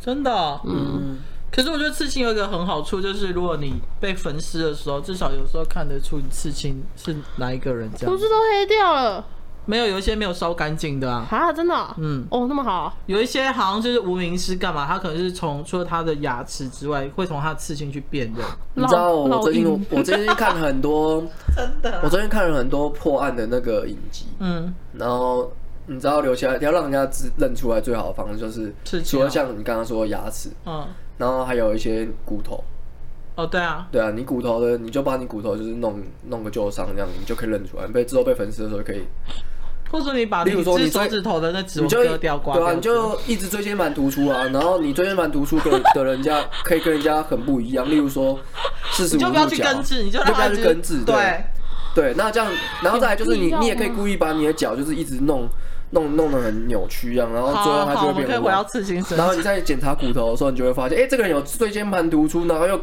[SPEAKER 3] 真的哦，嗯，可是我觉得刺青有一个很好处，就是如果你被焚尸的时候，至少有时候看得出你刺青是哪一个人这
[SPEAKER 1] 胡
[SPEAKER 3] 样。
[SPEAKER 1] 子都黑掉了
[SPEAKER 3] 没有，有一些没有烧干净的啊。
[SPEAKER 1] 啊！真的哦、
[SPEAKER 3] 嗯，
[SPEAKER 1] 哦，那么好啊，
[SPEAKER 3] 有一些好像就是无名尸干嘛，他可能是从除了他的牙齿之外，会从他的刺青去辨认。
[SPEAKER 2] 你知道
[SPEAKER 1] 老
[SPEAKER 2] 我
[SPEAKER 1] 老
[SPEAKER 2] 最近
[SPEAKER 1] 鹰
[SPEAKER 2] 我最近看很多，
[SPEAKER 3] *laughs* 真的、
[SPEAKER 2] 我最近看了很多破案的那个影集，
[SPEAKER 3] 嗯，
[SPEAKER 2] 然后你知道留下来要让人家知认出来最好的方式就是
[SPEAKER 3] 刺，青
[SPEAKER 2] 除了
[SPEAKER 3] 啊
[SPEAKER 2] 像你刚刚说的牙齿，
[SPEAKER 3] 嗯，
[SPEAKER 2] 然后还有一些骨头，
[SPEAKER 3] 哦，对啊，
[SPEAKER 2] 对啊，你骨头的你就把你骨头就是弄弄个旧伤这样，你就可以认出来。被之后被粉丝的时候可以，
[SPEAKER 3] 或者你把
[SPEAKER 2] 例如
[SPEAKER 3] 你
[SPEAKER 2] 说
[SPEAKER 3] 指
[SPEAKER 2] 你最
[SPEAKER 3] 手指头的那指
[SPEAKER 2] 你
[SPEAKER 3] 纹
[SPEAKER 2] 就
[SPEAKER 3] 割掉、刮
[SPEAKER 2] 对啊，
[SPEAKER 3] 掉
[SPEAKER 2] 你就一直椎间盘突出啊，然后你椎间盘突出跟的人家可以跟人家很不一样，例如说四十五
[SPEAKER 3] 你就
[SPEAKER 2] 度
[SPEAKER 3] 不要去
[SPEAKER 2] 角，
[SPEAKER 3] 根治，你就
[SPEAKER 2] 你
[SPEAKER 3] 让
[SPEAKER 2] 不
[SPEAKER 3] 他
[SPEAKER 2] 要去根治，
[SPEAKER 3] 对，
[SPEAKER 2] 对，那这样，然后再来就
[SPEAKER 1] 有
[SPEAKER 2] 是
[SPEAKER 1] 必
[SPEAKER 2] 你
[SPEAKER 1] 要
[SPEAKER 2] 你也可以
[SPEAKER 1] 吗
[SPEAKER 2] 故意把你的脚就是一直弄弄弄得很扭曲这样，然后最后
[SPEAKER 3] 好
[SPEAKER 2] 它
[SPEAKER 3] 好，
[SPEAKER 2] 就
[SPEAKER 3] 我
[SPEAKER 2] 会
[SPEAKER 3] 们可以
[SPEAKER 2] 变
[SPEAKER 3] 回到
[SPEAKER 2] 弯。
[SPEAKER 3] 刺青身
[SPEAKER 2] 然
[SPEAKER 3] 上
[SPEAKER 2] 后。你在检查骨头的时候，你就会发现，哎、这个人有椎间盘突出，然后又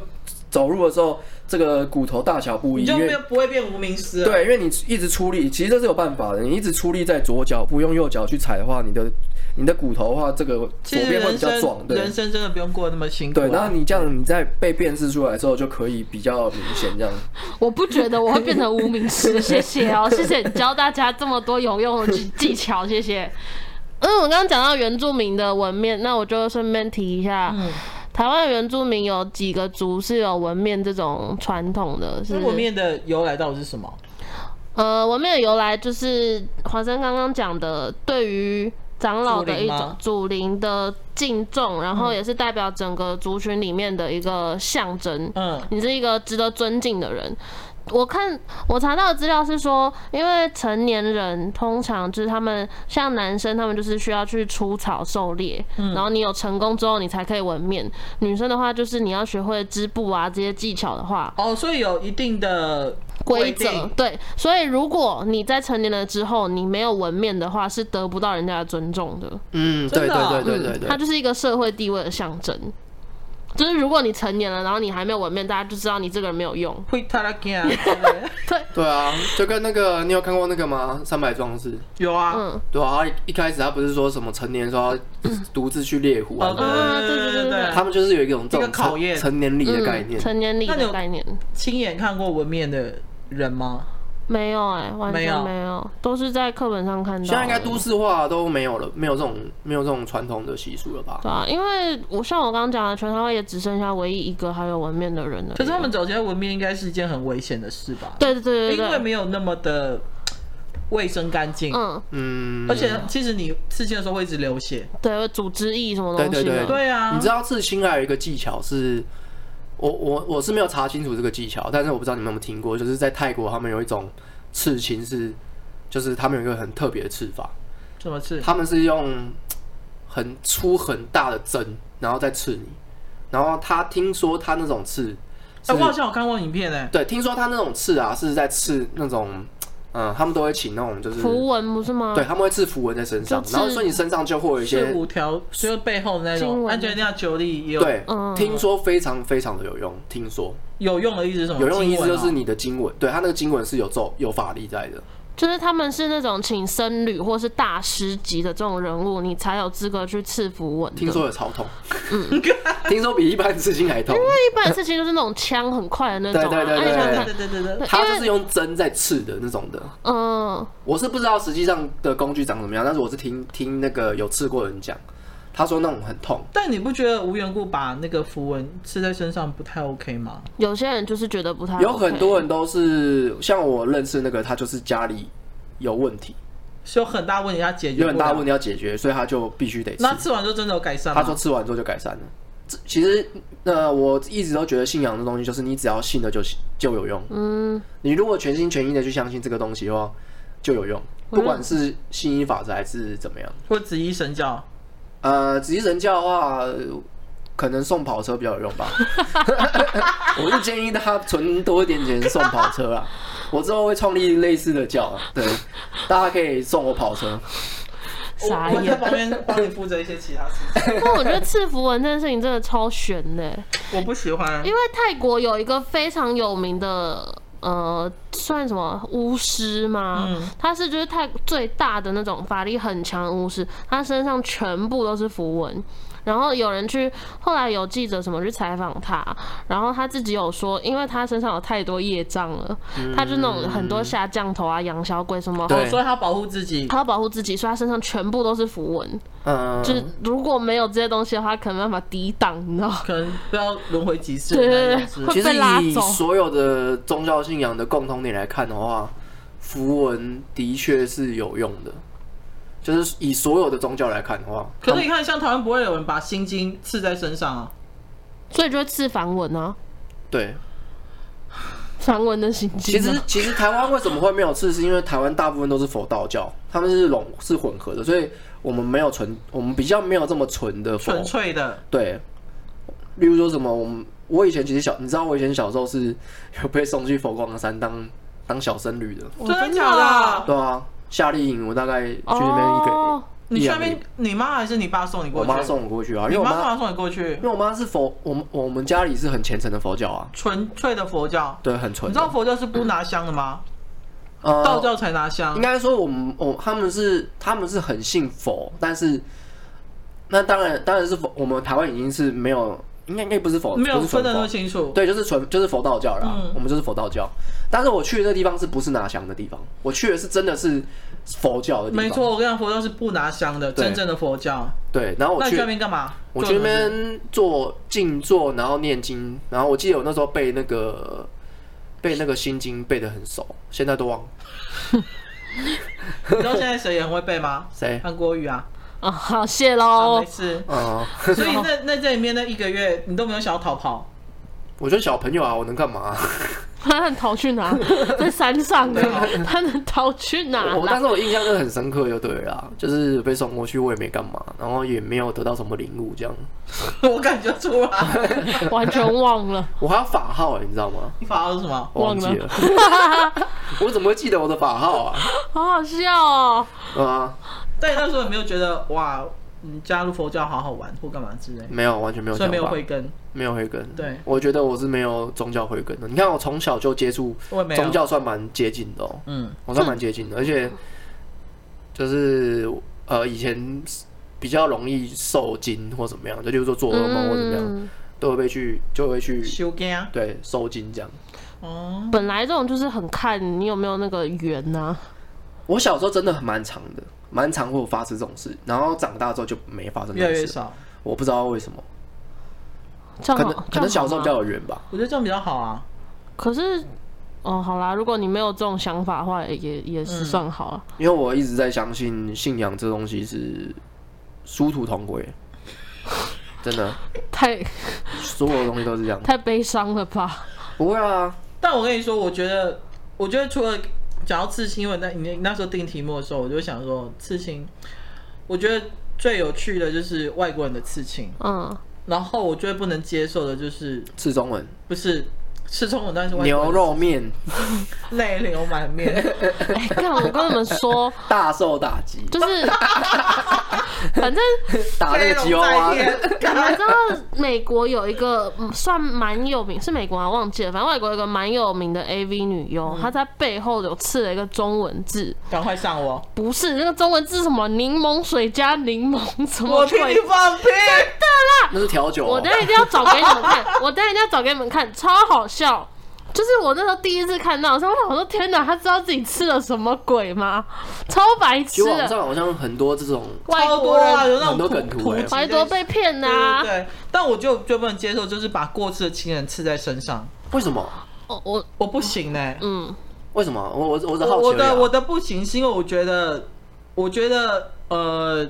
[SPEAKER 2] 走路的时候这个骨头大小不一，
[SPEAKER 3] 你就
[SPEAKER 2] 因
[SPEAKER 3] 没
[SPEAKER 2] 为
[SPEAKER 3] 有不会变无名尸了。
[SPEAKER 2] 对，因为你一直出力，其实这是有办法的。你一直出力在左脚，不用右脚去踩的话，你的你的骨头的话，这个
[SPEAKER 3] 其
[SPEAKER 2] 左
[SPEAKER 3] 实
[SPEAKER 2] 边会
[SPEAKER 3] 人
[SPEAKER 2] 比较壮，
[SPEAKER 3] 生
[SPEAKER 2] 对
[SPEAKER 3] 人生真的不用过得那么辛苦啊。
[SPEAKER 2] 对。然后你这样，你在被辨识出来之后，就可以比较明显这样。
[SPEAKER 1] 我不觉得我会变成无名
[SPEAKER 3] *laughs*
[SPEAKER 1] 氏，谢谢哦，谢谢你教大家这么多有用的技技巧，谢谢。嗯，我刚刚讲到原住民的纹面，那我就顺便提一下，
[SPEAKER 3] 嗯
[SPEAKER 1] 台湾的原住民有几个族是有纹面这种传统的，是
[SPEAKER 3] 那我面的由来到底是什么？
[SPEAKER 1] 呃，纹面的由来就是华生刚刚讲的，对于长老的一
[SPEAKER 3] 祖
[SPEAKER 1] 种
[SPEAKER 3] 灵吗
[SPEAKER 1] 祖灵的敬重，然后也是代表整个族群里面的一个象征。
[SPEAKER 3] 嗯，
[SPEAKER 1] 你是一个值得尊敬的人。我看我查到的资料是说，因为成年人通常就是他们像男生，他们就是需要去除草狩猎，
[SPEAKER 2] 嗯
[SPEAKER 1] 然后你有成功之后，你才可以纹面。女生的话，就是你要学会织布啊这些技巧的话，
[SPEAKER 3] 哦，所以有一定的
[SPEAKER 1] 规则
[SPEAKER 3] 定。
[SPEAKER 1] 对。所以如果你在成年了之后你没有纹面的话，是得不到人家的尊重的。
[SPEAKER 2] 嗯，对对
[SPEAKER 3] 真的哦
[SPEAKER 2] 对对对对。
[SPEAKER 1] 它就是一个社会地位的象征。就是如果你成年了，然后你还没有纹面，大家就知道你这个人没有用。
[SPEAKER 3] 会他拉干啊之
[SPEAKER 1] *laughs*
[SPEAKER 3] 类的
[SPEAKER 2] 对啊，就跟那个你有看过那个吗？《三百壮士》
[SPEAKER 3] 有啊，
[SPEAKER 1] 嗯，
[SPEAKER 2] 对啊，他一一开始他不是说什么成年说要独自去猎狐啊
[SPEAKER 3] 嗯哦，
[SPEAKER 2] 什么的
[SPEAKER 1] 嗯对对对对
[SPEAKER 2] 他们就是有一种这
[SPEAKER 3] 一
[SPEAKER 2] 种
[SPEAKER 3] 个考
[SPEAKER 2] 成
[SPEAKER 3] 验
[SPEAKER 2] 成年礼的概
[SPEAKER 1] 嗯、
[SPEAKER 2] 念。
[SPEAKER 1] 成年礼
[SPEAKER 3] 那你
[SPEAKER 1] 的
[SPEAKER 3] 有
[SPEAKER 1] 概念。
[SPEAKER 3] 亲眼看过纹面的人吗？
[SPEAKER 1] 没有哎、完
[SPEAKER 3] 没
[SPEAKER 1] 全
[SPEAKER 3] 有
[SPEAKER 1] 没有，都是在课本上看
[SPEAKER 3] 嗯
[SPEAKER 1] 到的。
[SPEAKER 2] 现在应该都市化都没有了，没有这种没有这种传统的习俗了吧？
[SPEAKER 1] 对啊，因为我像我刚刚讲的，全台湾也只剩下唯一一个还有纹面的人了。
[SPEAKER 3] 可是他们走街纹面应该是一件很危险的事吧？
[SPEAKER 1] 嗯对对对
[SPEAKER 3] 因为
[SPEAKER 1] 对对，
[SPEAKER 3] 没有那么的卫生干净，
[SPEAKER 1] 嗯，
[SPEAKER 2] 嗯，
[SPEAKER 3] 而且其实你刺青的时候会一直流血。
[SPEAKER 1] 对，组织意什么东西的，
[SPEAKER 2] 对对
[SPEAKER 3] 对啊，
[SPEAKER 2] 你知道刺青还有一个技巧是，我我我是没有查清楚这个技巧，但是我不知道你们有没有听过，就是在泰国他们有一种刺青是，就是他们有一个很特别的刺法，
[SPEAKER 3] 怎么刺？
[SPEAKER 2] 他们是用很粗很大的针，然后再刺你。然后他听说他那种刺是，
[SPEAKER 3] 哎，我好像有看过影片哎，
[SPEAKER 2] 对，听说他那种刺啊是在刺那种，嗯，他们都会请那种就是，
[SPEAKER 1] 符文不是吗？
[SPEAKER 2] 对，他们会刺符文在身上
[SPEAKER 1] 就，刺
[SPEAKER 2] 然后所以你身上就会有一
[SPEAKER 3] 是
[SPEAKER 2] 些，
[SPEAKER 3] 五条，就是背后的那
[SPEAKER 1] 经
[SPEAKER 3] 种
[SPEAKER 1] 文
[SPEAKER 3] 安全量九力也有
[SPEAKER 2] 对，
[SPEAKER 1] 嗯
[SPEAKER 2] 听说非常非常的有用，听说
[SPEAKER 3] 有用的意思是什么？
[SPEAKER 2] 有用的意
[SPEAKER 3] 经
[SPEAKER 2] 思
[SPEAKER 3] 文
[SPEAKER 2] 就
[SPEAKER 3] 哦
[SPEAKER 2] 是你的经文，对他那个经文是有咒有法力在的，
[SPEAKER 1] 就是他们是那种请僧侣或是大师级的这种人物，你才有资格去赐符文的。
[SPEAKER 2] 听说有超痛， *laughs* 听说比一般刺青还痛，
[SPEAKER 1] 嗯一般的事情就是那种枪很快的那种、啊，
[SPEAKER 2] 对对对
[SPEAKER 1] 那你想想看，
[SPEAKER 3] 对对对对对，
[SPEAKER 2] 他就是用针在刺的那种的，
[SPEAKER 1] 嗯，
[SPEAKER 2] 我是不知道实际上的工具长怎么样，但是我是听听那个有刺过的人讲，他说那种很痛，
[SPEAKER 3] 但你不觉得无缘故把那个符文刺在身上不太 OK 吗？
[SPEAKER 1] 有些人就是觉得不太、
[SPEAKER 2] 有很多人都是像我认识那个，他就是家里有问题，
[SPEAKER 3] 是有很大问题，他解决
[SPEAKER 2] 有很大问
[SPEAKER 3] 不了。
[SPEAKER 2] 题要解决，所以他就必须得吃
[SPEAKER 3] 那。刺完就真的有改善吗？
[SPEAKER 2] 他说吃完之后就改善了。这其实，呃，我一直都觉得信仰的东西就是你只要信了就行就有用。
[SPEAKER 1] 嗯，
[SPEAKER 2] 你如果全心全意的去相信这个东西的话，就有用。不管是信依法则还是怎么样，
[SPEAKER 3] 或紫衣神教，
[SPEAKER 2] 呃，只是人教的话，呃可能送跑车比较有用吧。 *laughs* 我是建议他存多一点钱送跑车啦。我之后会创立类似的教啊，对，大家可以送我跑车。
[SPEAKER 1] 哦傻
[SPEAKER 3] 我我在
[SPEAKER 1] 眼。
[SPEAKER 3] 旁边帮你负责一些其他事
[SPEAKER 1] 那我觉得赐符文这件事情真的超悬的欸、
[SPEAKER 3] 情，我不喜欢
[SPEAKER 1] 因。为泰国有一个非常有名的呃算什么巫师吗？
[SPEAKER 3] 嗯
[SPEAKER 1] 他是就是泰最大的那种法力很强的巫师，他身上全部都是符文。然后有人去，后来有记者什么去采访他，然后他自己有说，因为他身上有太多业障了，
[SPEAKER 2] 嗯
[SPEAKER 1] 他就那种很多下降头啊、养小鬼什么，
[SPEAKER 2] 对
[SPEAKER 3] 所以他保护自己。
[SPEAKER 1] 他要保护自己，所以他身上全部都是符文。
[SPEAKER 2] 嗯，
[SPEAKER 1] 就是如果没有这些东西的话，可能没办法抵挡，你知道吗？
[SPEAKER 3] 可能不要轮回几世，
[SPEAKER 1] 对对对
[SPEAKER 3] 是
[SPEAKER 1] 会
[SPEAKER 2] 其实
[SPEAKER 1] 被拉
[SPEAKER 2] 以
[SPEAKER 1] 走
[SPEAKER 2] 所有的宗教信仰的共同点来看的话，符文的确是有用的。就是以所有的宗教来看的话，
[SPEAKER 3] 可是你看，像台湾不会有人把心经刺在身上啊，
[SPEAKER 1] 所以就会刺梵文啊，
[SPEAKER 2] 对，
[SPEAKER 1] 梵文的行
[SPEAKER 2] 其
[SPEAKER 1] 经啊。
[SPEAKER 2] 实其实台湾为什么会没有刺，是因为台湾大部分都是佛道教，他们是融是混合的，所以我们没有纯，我们比较没有这么纯的佛
[SPEAKER 3] 纯粹的。
[SPEAKER 2] 对，例如说什么，我们我以前其实小，你知道我以前小时候是 *laughs* 有被送去佛光山当当小僧侣的，
[SPEAKER 1] 我
[SPEAKER 3] 哦真的假的啊？
[SPEAKER 2] 对啊，夏令营我大概去那边一个、
[SPEAKER 1] 哦
[SPEAKER 2] 一
[SPEAKER 3] 你去
[SPEAKER 2] 两
[SPEAKER 3] 那
[SPEAKER 2] 个礼
[SPEAKER 3] 边，你妈还是你爸送你
[SPEAKER 2] 我
[SPEAKER 3] 过去？
[SPEAKER 2] 妈送我过去啊，因
[SPEAKER 3] 你
[SPEAKER 2] 为我
[SPEAKER 3] 妈干
[SPEAKER 2] 妈
[SPEAKER 3] 嘛送你过去
[SPEAKER 2] 因？为我妈是佛，我们我们家里是很虔诚的佛教啊，
[SPEAKER 3] 纯粹的佛教。
[SPEAKER 2] 对，很纯
[SPEAKER 3] 你知
[SPEAKER 2] 的。
[SPEAKER 3] 道佛教是不拿香的吗？
[SPEAKER 2] 呃
[SPEAKER 3] 道教才拿香
[SPEAKER 2] 应。该说我们我他们是他们是很信佛，但是那当然当然是佛，我们台湾已经是没有，应该应该不是佛，
[SPEAKER 3] 没有
[SPEAKER 2] 不是纯
[SPEAKER 3] 分的那
[SPEAKER 2] 佛
[SPEAKER 3] 么清楚。
[SPEAKER 2] 对，就是纯就是佛道教啦，
[SPEAKER 3] 嗯
[SPEAKER 2] 我们就是佛道教。但是我去的这地方是不是拿香的地方？我去的是真的是佛教的地方。
[SPEAKER 3] 没，错，我跟你讲，佛教是不拿香的，
[SPEAKER 2] 对
[SPEAKER 3] 真正的佛教。
[SPEAKER 2] 对。然后我
[SPEAKER 3] 那你去那
[SPEAKER 2] 去
[SPEAKER 3] 边干嘛？
[SPEAKER 2] 我
[SPEAKER 3] 做
[SPEAKER 2] 去
[SPEAKER 3] 什
[SPEAKER 2] 那
[SPEAKER 3] 么事
[SPEAKER 2] 边做静坐，然后念经，然后我记得我那时候背那个背那个心经背得很熟，现在都忘了？
[SPEAKER 3] 你知道现在谁也很会背吗
[SPEAKER 2] *laughs* 谁。
[SPEAKER 3] 韩国语啊，
[SPEAKER 1] 啊，好谢
[SPEAKER 3] 啊
[SPEAKER 1] 喽
[SPEAKER 3] 没。
[SPEAKER 2] *laughs*
[SPEAKER 3] 事。
[SPEAKER 2] 嗯，
[SPEAKER 3] 所以那那这里面那一个月，你都没有想要逃跑，
[SPEAKER 2] *laughs* 我觉得小朋友啊，我能干嘛、
[SPEAKER 1] 他能逃去
[SPEAKER 2] *laughs*
[SPEAKER 1] 哪？在山上啊，他能逃去哪 *laughs*
[SPEAKER 2] 我但
[SPEAKER 1] 啦？
[SPEAKER 2] 是我印象就很深刻，就对了啦，就是被送过去，我也没干嘛，然后也没有得到什么领悟，这样。
[SPEAKER 3] 我感觉出
[SPEAKER 2] *laughs*
[SPEAKER 3] 来。
[SPEAKER 1] 完全忘了。
[SPEAKER 2] 我还有法号、欸，你知道吗？
[SPEAKER 3] 你法号是什么？
[SPEAKER 2] 我忘记了， *laughs* 我怎么会记得我的法号啊？
[SPEAKER 1] 好好笑哦！
[SPEAKER 2] 啊，
[SPEAKER 3] 但你那时候有没有觉得哇，你加入佛教好好玩或干嘛之类？
[SPEAKER 2] 没有，完全没有
[SPEAKER 3] 所
[SPEAKER 2] 想
[SPEAKER 3] 以
[SPEAKER 2] 法，
[SPEAKER 3] 没有慧根，
[SPEAKER 2] 没有慧根。
[SPEAKER 3] 对
[SPEAKER 2] 我觉得我是没有宗教慧根的。你看，我从小就接触
[SPEAKER 3] 我也没有。
[SPEAKER 2] 宗教，算蛮接近的哦、
[SPEAKER 3] 嗯，
[SPEAKER 2] 我算蛮接近的，而且就是呃，以前比较容易受惊或怎么样，就例如说做噩梦或怎么样，
[SPEAKER 1] 嗯，
[SPEAKER 2] 都会被去就会去
[SPEAKER 3] 修根啊。
[SPEAKER 2] 对受惊这样。
[SPEAKER 3] 哦，
[SPEAKER 1] 嗯本来这种就是很看你有没有那个缘啊呐、
[SPEAKER 2] 我小时候真的很蛮长的，蛮常会有发生这种事，然后长大之后就嗯没发生这
[SPEAKER 3] 越来
[SPEAKER 2] 种
[SPEAKER 3] 越
[SPEAKER 2] 事了，
[SPEAKER 3] 少。
[SPEAKER 2] 我不知道为什么。
[SPEAKER 1] 这样
[SPEAKER 2] 可
[SPEAKER 1] 好
[SPEAKER 2] 能可能小时候比
[SPEAKER 1] 哦这样好吗
[SPEAKER 2] 较有缘吧。
[SPEAKER 3] 我觉得这样比较好啊。
[SPEAKER 1] 啊可是哦，好啦，如果你没有这种想法的话，也也也是算好了。
[SPEAKER 2] 因为我一直在相信信仰这东西是殊途同归， *laughs* 真的，
[SPEAKER 1] 太
[SPEAKER 2] 所有的东西都是这样。
[SPEAKER 1] 太悲伤了吧？
[SPEAKER 2] 不会啊，
[SPEAKER 3] 但我跟你说，我觉得，我觉得除了讲到刺青，因为那你那时候定题目的时候，我就想说刺青，我觉得最有趣的就是外国人的刺青，
[SPEAKER 1] 嗯，
[SPEAKER 3] 然后我最不能接受的就是
[SPEAKER 2] 吃中文
[SPEAKER 3] 不是吃中文，但是外国人
[SPEAKER 2] 牛肉面
[SPEAKER 3] 泪流满面，
[SPEAKER 2] *laughs*
[SPEAKER 1] 哎、看我跟你们说，
[SPEAKER 2] 大受打击，
[SPEAKER 1] 就是，反正
[SPEAKER 2] *laughs* 打那个
[SPEAKER 3] *laughs*
[SPEAKER 2] 吉娃娃
[SPEAKER 3] 飞龙在，天
[SPEAKER 1] 你们知道美国有一个嗯算蛮有名，是美国啊，忘记了，反正外国有一个蛮有名的 AV 女优，
[SPEAKER 3] 嗯
[SPEAKER 1] 她在背后有刺了一个中文字，
[SPEAKER 3] 赶快上我！
[SPEAKER 2] *laughs*
[SPEAKER 1] 不是那个中文字是什么柠檬水加柠檬什么
[SPEAKER 3] 我替
[SPEAKER 1] 鬼
[SPEAKER 3] 你放屁！
[SPEAKER 2] *laughs* 那是调酒、
[SPEAKER 1] 我
[SPEAKER 2] 哦
[SPEAKER 1] 等一。下一定要找给你们看，我等一下一定要找给你们看，超好笑。就是我那时候第一次看到，我想说天哪，他知道自己吃了什么鬼吗？超白
[SPEAKER 2] 其
[SPEAKER 1] 痴
[SPEAKER 2] 实网
[SPEAKER 1] 的，
[SPEAKER 2] 上好像很多这种，
[SPEAKER 1] 外
[SPEAKER 3] 超
[SPEAKER 1] 国
[SPEAKER 3] 多啊，
[SPEAKER 1] 人
[SPEAKER 3] 有那
[SPEAKER 2] 很多
[SPEAKER 3] 种
[SPEAKER 2] 梗图
[SPEAKER 3] 图
[SPEAKER 2] 哎
[SPEAKER 3] 图
[SPEAKER 1] 还多被骗啊呐、
[SPEAKER 3] 对对对，但我就最不能接受，就是把过世的亲人刺在身上，
[SPEAKER 2] 为什么？
[SPEAKER 1] 我哦我
[SPEAKER 3] 我不行呢、
[SPEAKER 1] 嗯，
[SPEAKER 2] 为什么？我我我只
[SPEAKER 3] 我
[SPEAKER 2] 好
[SPEAKER 3] 我
[SPEAKER 2] 奇而已啊、
[SPEAKER 3] 的我的不行是因为我觉得，我觉得呃，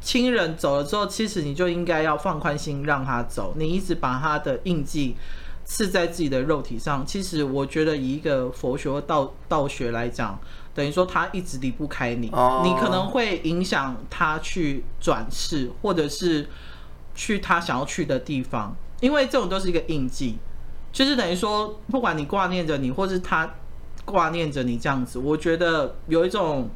[SPEAKER 3] 亲人走了之后，其实你就应该要放宽心让他走，你一直把他的印记刺在自己的肉体上，其实我觉得以一个佛学或道道学来讲。等于说他一直离不开你
[SPEAKER 2] 哦
[SPEAKER 3] 你可能会影响他去转世，或者是去他想要去的地方，因为这种都是一个印记，就是等于说，不管你挂念着你，或是他挂念着你这样子，我觉得有一种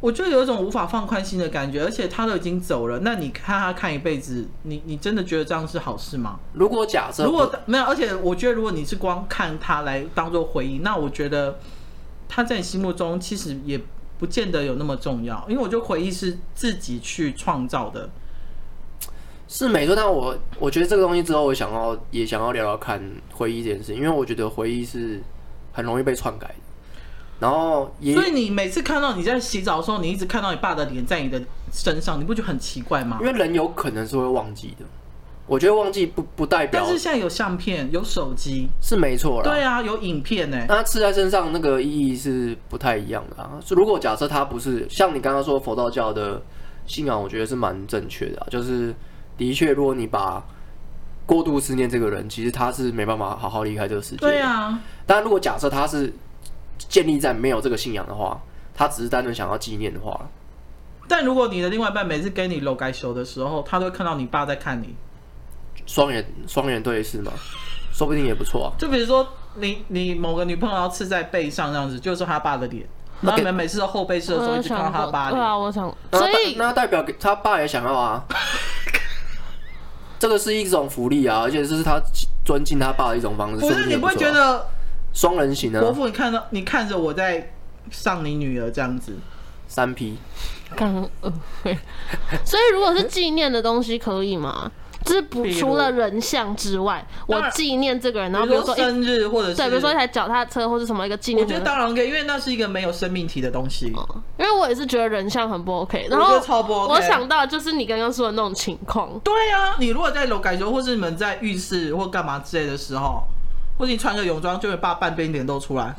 [SPEAKER 3] 我就有一种无法放宽心的感觉，而且他都已经走了，那你看他看一辈子，你你真的觉得这样是好事吗？
[SPEAKER 2] 如果假设
[SPEAKER 3] 如果没有，而且我觉得如果你是光看他来当做回忆，那我觉得他在你心目中其实也不见得有那么重要，因为我觉得回忆是自己去创造的。
[SPEAKER 2] 是没错，但我我觉得这个东西之后，我想要也想要聊聊看回忆这件事，因为我觉得回忆是很容易被篡改的，然后也
[SPEAKER 3] 所以你每次看到你在洗澡的时候，你一直看到你爸的脸在你的身上，你不觉得很奇怪吗
[SPEAKER 2] 因？为人有可能是会忘记的，我觉得忘记不不代表
[SPEAKER 3] 但是现在有相片，有手机，
[SPEAKER 2] 是没错啦。
[SPEAKER 3] 对啊，有影片呢、
[SPEAKER 2] 那它刺在身上那个意义是不太一样的啊。就如果假设它不是像你刚刚说佛道教的信仰，我觉得是蛮正确的、啊，就是的确，如果你把过度思念这个人，其实他是没办法好好离开这个世界。
[SPEAKER 3] 对啊，
[SPEAKER 2] 但如果假设他是建立在没有这个信仰的话，他只是单纯想要纪念的话，
[SPEAKER 3] 但如果你的另外一半每次跟你搂该修的时候，他都会看到你爸在看你，
[SPEAKER 2] 双眼双眼对视嘛，说不定也不错啊。
[SPEAKER 3] 就比如说你你某个女朋友要刺在背上这样子，就是他爸的脸，然后你们每次都后背刺的时
[SPEAKER 1] 我
[SPEAKER 3] 候一
[SPEAKER 1] 有
[SPEAKER 3] 直看到
[SPEAKER 1] 想
[SPEAKER 3] 他
[SPEAKER 1] 过，
[SPEAKER 3] 爸的
[SPEAKER 1] 对
[SPEAKER 3] 脸。
[SPEAKER 1] 啊，我想过，
[SPEAKER 2] 那
[SPEAKER 1] 所
[SPEAKER 2] 代
[SPEAKER 1] 以
[SPEAKER 2] 那代表给他爸也想要啊， *laughs* 这个是一种福利啊，而且这是他尊敬他爸的一种方式。
[SPEAKER 3] 不
[SPEAKER 2] 说
[SPEAKER 3] 是
[SPEAKER 2] 定也
[SPEAKER 3] 你不会
[SPEAKER 2] 错啊
[SPEAKER 3] 觉得
[SPEAKER 2] 双人行
[SPEAKER 3] 伯
[SPEAKER 2] 啊？
[SPEAKER 3] 父，你看到你看着我在上你女儿这样子，
[SPEAKER 2] 三 P
[SPEAKER 1] 感恩。所以如果是纪念的东西，可以吗？就是不
[SPEAKER 3] 比如
[SPEAKER 1] 除了人像之外，我
[SPEAKER 3] 当然
[SPEAKER 1] 纪念这个人，然后
[SPEAKER 3] 比
[SPEAKER 1] 比
[SPEAKER 3] 如
[SPEAKER 1] 如
[SPEAKER 3] 说
[SPEAKER 1] 说一
[SPEAKER 3] 生日或者是
[SPEAKER 1] 对，比如说一台脚踏车或者什么一个纪
[SPEAKER 3] 我
[SPEAKER 1] 念
[SPEAKER 3] 觉
[SPEAKER 1] 的
[SPEAKER 3] 得当然可以，因为那是一个没有生命体的东西。
[SPEAKER 1] 因为我也是觉得人像很不 OK，然
[SPEAKER 3] 我觉
[SPEAKER 1] 后
[SPEAKER 3] 得超不 OK
[SPEAKER 1] 我想到就是你刚刚说的那种情况，
[SPEAKER 3] 对啊，你如果在楼改修，或是你们在浴室或干嘛之类的时候，或者你穿个泳装，就会把半边脸露出来，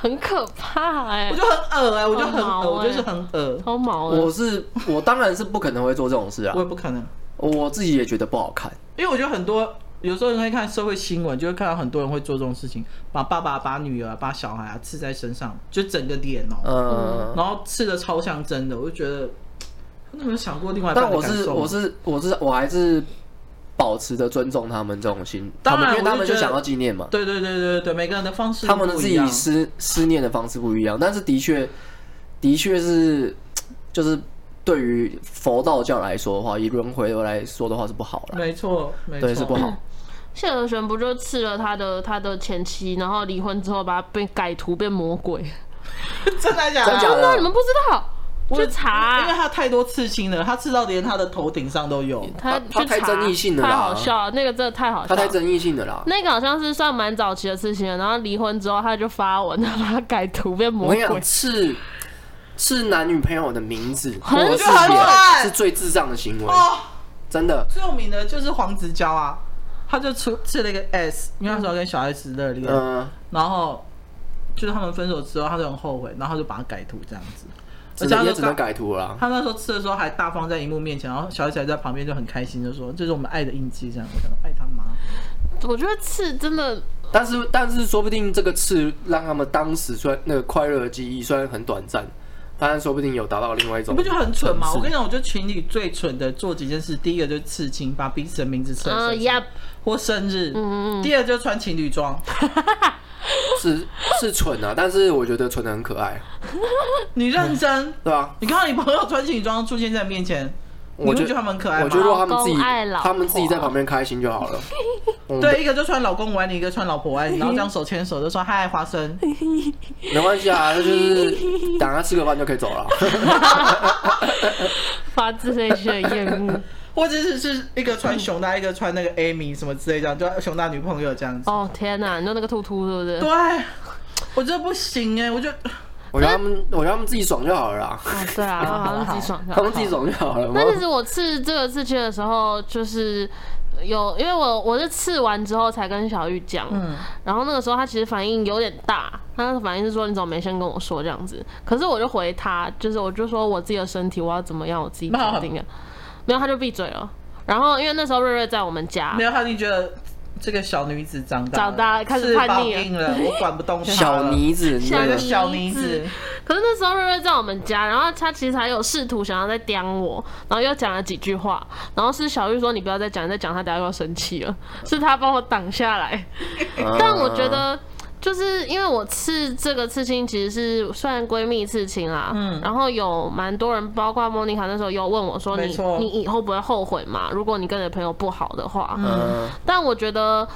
[SPEAKER 1] 很可怕哎、
[SPEAKER 3] 我就很恶哎、我就很
[SPEAKER 1] 好毛
[SPEAKER 3] 恶，我就是
[SPEAKER 1] 欸
[SPEAKER 3] 很恶，
[SPEAKER 1] 超毛的。
[SPEAKER 2] 我是我当然是不可能会做这种事啊
[SPEAKER 3] 我，也不可能，
[SPEAKER 2] 我自己也觉得不好看。
[SPEAKER 3] 因为我觉得很多。有时候你会看社会新闻，就会看到很多人会做这种事情，把爸爸、把女儿、把小孩啊刺在身上，就整个脸哦、
[SPEAKER 2] 嗯，
[SPEAKER 3] 然后刺的超像真的，我就觉得，你有没有想过另外一半
[SPEAKER 2] 但
[SPEAKER 3] 的
[SPEAKER 2] 我
[SPEAKER 3] 感
[SPEAKER 2] 是
[SPEAKER 3] 受啊
[SPEAKER 2] 我是我是我还是保持着尊重他们这种心，他
[SPEAKER 3] 当然
[SPEAKER 2] 们因为他
[SPEAKER 3] 我
[SPEAKER 2] 们
[SPEAKER 3] 是觉
[SPEAKER 2] 是
[SPEAKER 3] 得
[SPEAKER 2] 想要纪念嘛，
[SPEAKER 3] 对对对对对，每个人的方式都
[SPEAKER 2] 他们的
[SPEAKER 3] 不
[SPEAKER 2] 自
[SPEAKER 3] 一样
[SPEAKER 2] 己思思念的方式不一样，但是的确的确是就是对于佛道教来说的话，以轮回来说的话是不好了，
[SPEAKER 3] 没错没错嗯
[SPEAKER 2] 对是不
[SPEAKER 3] *laughs*
[SPEAKER 2] 好。
[SPEAKER 1] 谢和弦不就刺了他的他的前妻，然后离婚之后把他变改图变魔鬼？
[SPEAKER 3] 真的假
[SPEAKER 2] 真假
[SPEAKER 3] 的？
[SPEAKER 1] 真
[SPEAKER 2] 的
[SPEAKER 1] 的你们不知道？
[SPEAKER 3] 我
[SPEAKER 1] 去查
[SPEAKER 3] 因为他太多刺青了，他刺到连他的头顶上都有。
[SPEAKER 1] 他
[SPEAKER 2] 他
[SPEAKER 1] 去
[SPEAKER 2] 太
[SPEAKER 1] 查
[SPEAKER 2] 争议性了啦
[SPEAKER 1] 太好笑了，那个真的太好笑
[SPEAKER 2] 它太
[SPEAKER 1] 了。
[SPEAKER 2] 争议性的啦。
[SPEAKER 1] 那个好像是算蛮早期的事情了，然后离婚之后他就发文，他把他改图变魔
[SPEAKER 2] 我跟
[SPEAKER 1] 鬼
[SPEAKER 2] 你。讲，刺刺男女朋友的名字
[SPEAKER 3] 嗯
[SPEAKER 2] 或
[SPEAKER 1] 很
[SPEAKER 2] 者是
[SPEAKER 1] 我觉得很
[SPEAKER 2] 脸
[SPEAKER 3] 烂
[SPEAKER 2] 是最智障的行为，
[SPEAKER 3] 哦，
[SPEAKER 2] 真的。
[SPEAKER 3] 最有名的就是黄子佼啊，他就出刺了一个 S，因为那时候跟小 S 热恋，
[SPEAKER 2] 嗯，
[SPEAKER 3] 然后就是他们分手之后，他就很后悔，然后他就把它改图这样子。
[SPEAKER 2] 只
[SPEAKER 3] 而且他
[SPEAKER 2] 能
[SPEAKER 3] 就
[SPEAKER 2] 也只能
[SPEAKER 3] 刚
[SPEAKER 2] 改图了啦。
[SPEAKER 3] 他那时候吃的时候还大方在荧幕面前，然后小 S 还在旁边就很开心，就说这是我们爱的印记，这样我想说爱他妈。
[SPEAKER 1] 我觉得刺真的
[SPEAKER 2] 但是但是说不定这个刺让他们当时虽然那个快乐的记忆虽然很短暂，但是说不定有达到另外一
[SPEAKER 3] 你
[SPEAKER 2] 种。
[SPEAKER 3] 不觉得很蠢吗？
[SPEAKER 2] 层次
[SPEAKER 3] 我跟你讲，我觉得群里最蠢的做几件事，第一个就是刺青，把彼此的名字刺在身
[SPEAKER 1] 嗯
[SPEAKER 3] 上
[SPEAKER 2] 呃
[SPEAKER 1] yep
[SPEAKER 3] 或
[SPEAKER 2] 嗯
[SPEAKER 3] 生日；第二就是穿情侣装。
[SPEAKER 2] 是是蠢啊，但是我觉得蠢的很可爱，
[SPEAKER 3] 你认真，
[SPEAKER 2] 对吧？
[SPEAKER 3] 你看到你朋友穿情侣装出现在面前，你
[SPEAKER 2] 我
[SPEAKER 3] 会
[SPEAKER 2] 觉得
[SPEAKER 3] 觉得他们很可爱
[SPEAKER 2] 我觉得如果
[SPEAKER 3] 吗？
[SPEAKER 2] 他们自己
[SPEAKER 1] 老公爱老婆
[SPEAKER 2] 他们自己在旁边开心就好
[SPEAKER 3] *laughs*
[SPEAKER 2] 了。嗯，
[SPEAKER 3] 对，一个就穿老公我爱你，一个穿老婆
[SPEAKER 2] *laughs*
[SPEAKER 3] 我爱你，然后这样手牵手就说嗨花生，
[SPEAKER 2] 没关系啊，就是等下吃个饭就可以
[SPEAKER 1] *laughs*
[SPEAKER 2] 走了。
[SPEAKER 1] 发自内心的厌
[SPEAKER 2] *laughs*
[SPEAKER 1] 恶。
[SPEAKER 3] 或者是是一个穿熊大，一个穿那个 Amy 什么之类这样，就熊大女朋友这样子。
[SPEAKER 1] 哦天哪，你说那个兔兔是不是？
[SPEAKER 3] 对，我觉得不行哎，我觉得
[SPEAKER 2] 我觉得他们，我觉得他们自己爽就好了啦，
[SPEAKER 1] 哦对啊，好像自己爽就
[SPEAKER 2] 他
[SPEAKER 1] 好
[SPEAKER 2] 们自己爽就好了。
[SPEAKER 1] 那其实我刺这个刺青的时候，就是有，因为我我是刺完之后才跟小玉讲，
[SPEAKER 3] 嗯
[SPEAKER 1] 然后那个时候他其实反应有点大，他那个反应是说你怎么没先跟我说这样子？可是我就回他，就是我就说我自己的身体我要怎么样，我自己决
[SPEAKER 3] *laughs*
[SPEAKER 1] 定的，没有他就闭嘴了。然后因为那时候瑞瑞在我们家
[SPEAKER 3] 没，有，他就觉得这个小女子长大了
[SPEAKER 1] 长大了开始
[SPEAKER 3] 翅膀
[SPEAKER 1] 叛逆了
[SPEAKER 3] 硬了，我管不动她了
[SPEAKER 2] 小妮子，
[SPEAKER 1] 小
[SPEAKER 2] 那
[SPEAKER 3] 那
[SPEAKER 1] 妮
[SPEAKER 3] 个
[SPEAKER 2] 个
[SPEAKER 1] 子
[SPEAKER 3] 小妮子，
[SPEAKER 1] 可是那时候瑞瑞在我们家，然后他其实还有试图想要再刁我，然后又讲了几句话，然后是小玉说你不要
[SPEAKER 2] 嗯
[SPEAKER 1] 再讲，你再讲他等下又要生气了，是他帮我挡下来。但我觉，得。就是因为我刺这个刺青其实是算闺蜜刺青啦，
[SPEAKER 3] 嗯
[SPEAKER 1] 然后有蛮多人，包括莫妮卡那时候有问我说
[SPEAKER 3] 没
[SPEAKER 1] 你
[SPEAKER 3] 错
[SPEAKER 1] 你以后不会后悔吗？如果你跟你的朋友不好的话，
[SPEAKER 2] 嗯
[SPEAKER 1] 但我觉得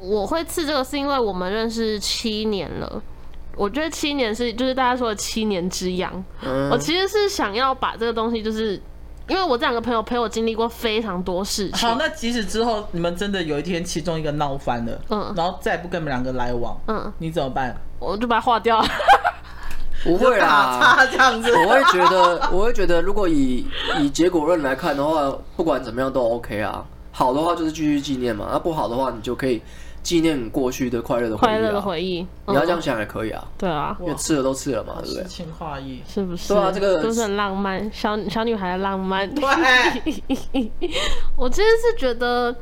[SPEAKER 1] 我会刺这个是因为我们认识七年了。我觉得七年是就是大家说的七年之痒，我
[SPEAKER 2] 嗯，
[SPEAKER 1] 其实是想要把这个东西，就是因为我这两个朋友陪我经历过非常多事情
[SPEAKER 3] 好，，那即使之后你们真的有一天其中一个闹翻了，
[SPEAKER 1] 嗯
[SPEAKER 3] 然后再也不跟你们两个来往，
[SPEAKER 1] 嗯，
[SPEAKER 3] 你怎么办？
[SPEAKER 1] 我就把它划掉了。
[SPEAKER 2] 不会啦。
[SPEAKER 3] 打叉这样子，
[SPEAKER 2] 我会觉得， *laughs* 我会觉得，如果以以结果论来看的话，不管怎么样都 OK 啊。好的话就是继续纪念嘛，那不好的话你就可以纪念你过去的快乐的回忆、
[SPEAKER 1] 快
[SPEAKER 2] 啊。
[SPEAKER 1] 乐的回忆，
[SPEAKER 2] 你要这样
[SPEAKER 1] 嗯，
[SPEAKER 2] 想也可以啊，
[SPEAKER 1] 对啊，
[SPEAKER 2] 因为吃了都吃了嘛，对不
[SPEAKER 3] 诗
[SPEAKER 2] 对？
[SPEAKER 3] 情画意。
[SPEAKER 1] 是不是？
[SPEAKER 2] 对啊这个
[SPEAKER 1] 就是很浪漫，小小女孩的浪漫。
[SPEAKER 3] 对，
[SPEAKER 1] *laughs* 我其实是觉得，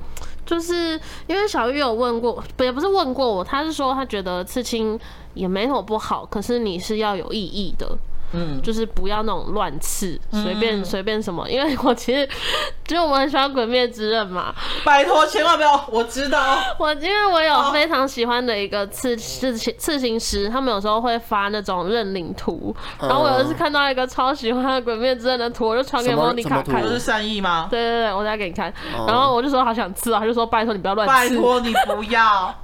[SPEAKER 1] 就是因为小玉有问过，不也不是问过我，她是说她觉得刺青也没什么不好，可是你是要有意义的，
[SPEAKER 3] 嗯，
[SPEAKER 1] 就是不要那种乱刺，
[SPEAKER 2] 嗯
[SPEAKER 1] 随便随便什么。因为我其实，就我很喜欢《鬼灭之刃》嘛， *laughs*
[SPEAKER 3] 拜托千万不要，我知道，
[SPEAKER 1] 我因为我有非常喜欢的一个刺刺青刺青师，他们有时候会发那种认领图，
[SPEAKER 2] 嗯
[SPEAKER 1] 然后我有一次看到一个超喜欢的《鬼灭之刃》的图，我就传给
[SPEAKER 2] 什么
[SPEAKER 1] 莫妮卡
[SPEAKER 2] 什么图
[SPEAKER 1] 看
[SPEAKER 3] 不。是善意吗？
[SPEAKER 1] 对对对，我等下给你看。
[SPEAKER 2] 哦
[SPEAKER 1] 然后我就说好想吃啊，他就说拜托你不要乱
[SPEAKER 3] 拜
[SPEAKER 1] 吃。
[SPEAKER 3] 托你不要，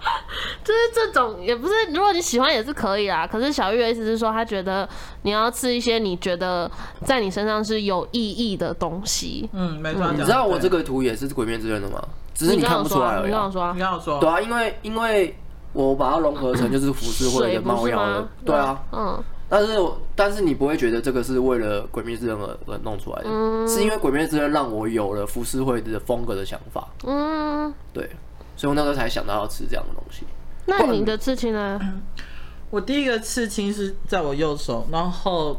[SPEAKER 1] 就是这种也不是，如果你喜欢也是可以啦。可是小玉的意思是说，她觉得你要吃一些你觉得在你身上是有意义的东西。
[SPEAKER 3] 嗯，没错，
[SPEAKER 2] 你知道我这
[SPEAKER 3] 个，
[SPEAKER 2] 个图也是《鬼灭之刃》的吗？只是你
[SPEAKER 1] 你
[SPEAKER 2] 看
[SPEAKER 1] 刚
[SPEAKER 2] 不
[SPEAKER 1] 我
[SPEAKER 2] 出
[SPEAKER 1] 说
[SPEAKER 2] 来
[SPEAKER 1] 啊，
[SPEAKER 2] 而
[SPEAKER 1] 你
[SPEAKER 2] 已
[SPEAKER 1] 刚我
[SPEAKER 2] 啊。
[SPEAKER 1] 说啊
[SPEAKER 3] 你，跟我说，
[SPEAKER 2] 对啊，因为因为我把它融合成就是浮世绘
[SPEAKER 1] 水
[SPEAKER 2] 的
[SPEAKER 1] 不是
[SPEAKER 2] 猫妖的
[SPEAKER 1] 吗，
[SPEAKER 2] 对啊。
[SPEAKER 1] 嗯
[SPEAKER 2] 但是我但是你不会觉得这个是为了《鬼灭之刃》而而弄出来的，
[SPEAKER 1] 嗯
[SPEAKER 2] 是因为《鬼灭之刃》让我有了浮世绘的风格的想法，
[SPEAKER 1] 嗯，
[SPEAKER 2] 对，所以我那时候才想到要吃这样的东西。
[SPEAKER 1] 那你的事情呢？
[SPEAKER 3] 我第一个刺青是在我右手，然后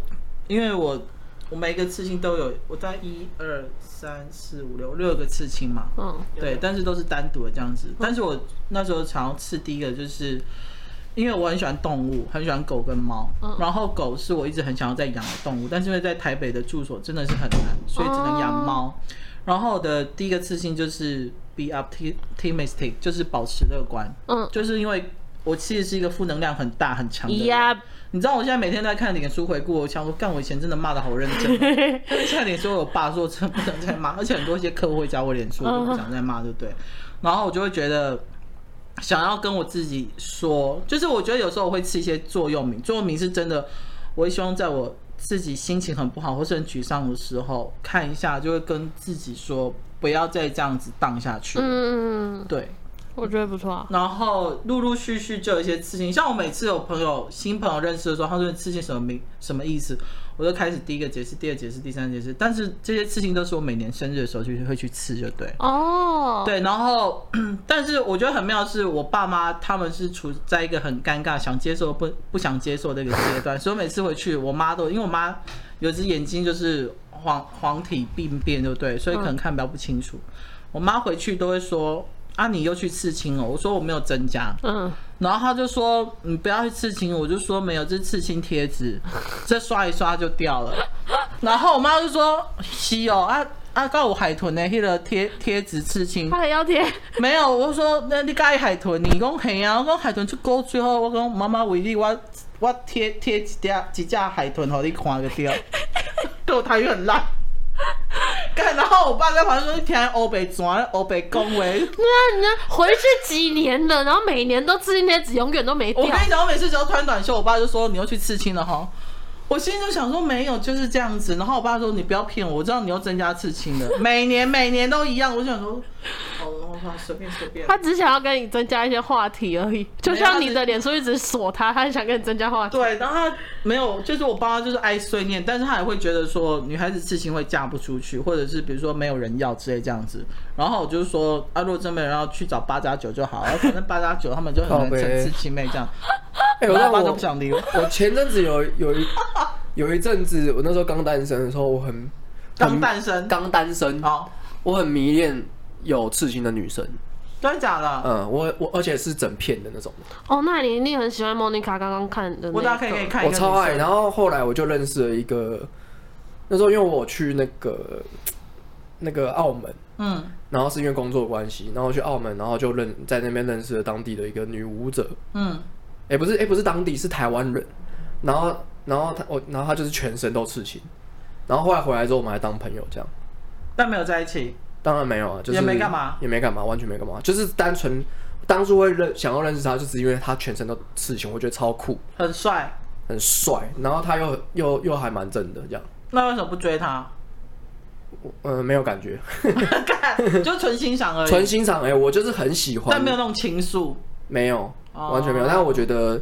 [SPEAKER 3] 因为我我每一个刺青都有，我在一二三四五六六个刺青嘛，
[SPEAKER 1] 嗯
[SPEAKER 3] 对，但是都是单独的这样子。
[SPEAKER 2] 嗯
[SPEAKER 3] 但是我那时候想要刺第一个，就是因为我很喜欢动物，很喜欢狗跟猫，
[SPEAKER 2] 嗯
[SPEAKER 3] 然后狗是我一直很想要再养的动物，但是因为在台北的住所真的是很难，所以只
[SPEAKER 2] 哦
[SPEAKER 3] 能养猫。然后我的第一个刺青就是 be optimistic，就是保持乐观，
[SPEAKER 1] 嗯，
[SPEAKER 3] 就是因为。我其实是一个负能量很大很强的人，
[SPEAKER 1] 呀，
[SPEAKER 3] 你知道我现在每天在看脸书回顾，我想说，干我以前真的骂的好认真哦，
[SPEAKER 1] 嗯
[SPEAKER 3] 但是现在脸书我爸说我真的不想再骂，而且很多一些客户会加我脸书，我就不想再骂，对不对？然后我就会觉得。想要跟我自己说，就是我觉得有时候我会吃一些座右铭，座右铭是真的，我会希望在我自己心情很不好或是很沮丧的时候，看一下，就会跟自己说，不要再这样子荡下去。
[SPEAKER 1] 嗯，嗯嗯
[SPEAKER 3] 对，
[SPEAKER 1] 我觉得不错啊。
[SPEAKER 3] 然后陆陆续续就有一些刺青，像我每次有朋友新朋友认识的时候，他说你刺青什么名什么意思，我就开始第一个解释，第二个解释，第三个解释。但是这些刺青都是我每年生日的时候就会去刺，就对。
[SPEAKER 1] 哦，，
[SPEAKER 3] 对，然后， *clears throat* 但是我觉得很妙的是，我爸妈他们是处在一个很尴尬，想接受不不想接受的一个阶段，所以我每次回去，我妈都因为我妈有只眼睛就是黄黄体病变，对不对？所以可能看比较不清楚。我妈回去都会说：“啊，你又去刺青哦。”我说我没有增加，
[SPEAKER 1] 嗯，
[SPEAKER 3] 然后她就说：“你不要去刺青。”我就说没有，这是刺青贴纸，这刷一刷就掉了。 *laughs* 然后我妈就说：“西哦啊。”啊，告我海豚的迄个贴贴纸刺青，
[SPEAKER 1] 他的腰贴， *laughs*
[SPEAKER 3] 没有，我说那你介海豚，你讲系啊，我讲海豚出国最后，我讲妈妈为你，我我贴贴一只一只海豚给你看个掉， *laughs* 对我台语很烂。干，然后我爸在旁边说：“你听欧北转，欧北恭维。
[SPEAKER 1] 那那回去几年了，然后每年都吃那些纸，永远都没”
[SPEAKER 3] 我
[SPEAKER 1] 掉
[SPEAKER 3] 跟。你讲，我每次只要穿短袖，我爸就说：“你又去刺青了哈。”我心里就想说：“没有，就是这样子。”然后我爸说：“你不要骗我，我知道你又增加刺青了，每年每年都一样。”我就想说：“哦，好随便随便。”
[SPEAKER 1] 他只想要跟你增加一些话题而已，就像你
[SPEAKER 3] 他
[SPEAKER 1] 的
[SPEAKER 3] 只
[SPEAKER 1] 脸书一直锁他，他很想跟你增加话题。
[SPEAKER 3] 对，然后他没有，就是我爸就是爱碎念，但是他也会觉得说女孩子刺青会嫁不出去，或者是比如说没有人要之类这样子。然后我就说啊，如果真没人要，去找八加九就好了，反正八加九他们就很
[SPEAKER 2] 靠
[SPEAKER 3] 难
[SPEAKER 2] 北
[SPEAKER 3] 成刺青妹这样。
[SPEAKER 2] 哎、
[SPEAKER 3] 然
[SPEAKER 2] 我
[SPEAKER 3] 后
[SPEAKER 2] 在
[SPEAKER 3] 我爸都
[SPEAKER 2] 我
[SPEAKER 3] 不想理我。
[SPEAKER 2] 我前阵子有有一有一阵子，我那时候刚单身的时候，我很
[SPEAKER 3] 刚诞
[SPEAKER 2] *laughs*
[SPEAKER 3] 生，
[SPEAKER 2] 刚单身，
[SPEAKER 3] 好，
[SPEAKER 2] 我很迷恋有刺青的女生。
[SPEAKER 3] 真的假的？
[SPEAKER 2] 嗯，我我而且是整片的那种，
[SPEAKER 1] 哦，那你一定很喜欢莫妮卡刚刚看的那
[SPEAKER 3] 我大概可以给
[SPEAKER 1] 个
[SPEAKER 3] 你看一
[SPEAKER 2] 我
[SPEAKER 3] 个
[SPEAKER 2] 超
[SPEAKER 3] 女
[SPEAKER 2] 爱。
[SPEAKER 3] 生
[SPEAKER 2] 然后后来我就认识了一个，那时候因为我去那个那个澳门，
[SPEAKER 3] 嗯
[SPEAKER 2] 然后是因为工作关系，然后去澳门，然后就认在那边认识了当地的一个女舞者，
[SPEAKER 3] 嗯
[SPEAKER 2] 哎、不是哎、不是当地是台湾人，然后然后他我然后他就是全身都刺青，然后后来回来之后我们还当朋友这样，
[SPEAKER 3] 但没有在一起。
[SPEAKER 2] 当然没有啊，就是
[SPEAKER 3] 也没干嘛
[SPEAKER 2] 也没干嘛，完全没干嘛，就是单纯当初会认想要认识他，就是因为他全身都刺青，我觉得超酷，
[SPEAKER 3] 很帅，
[SPEAKER 2] 很帅，然后他又又又还蛮正的这样，
[SPEAKER 3] 那为什么不
[SPEAKER 2] *laughs*
[SPEAKER 3] 追他？
[SPEAKER 2] 嗯、呃，没有感觉，
[SPEAKER 3] 干就纯欣赏而
[SPEAKER 2] 纯
[SPEAKER 3] 已，
[SPEAKER 2] 欣赏哎、我就是很喜欢，
[SPEAKER 3] 但没有那种情愫。
[SPEAKER 2] 没有，
[SPEAKER 3] 哦
[SPEAKER 2] 完全没有。但我觉得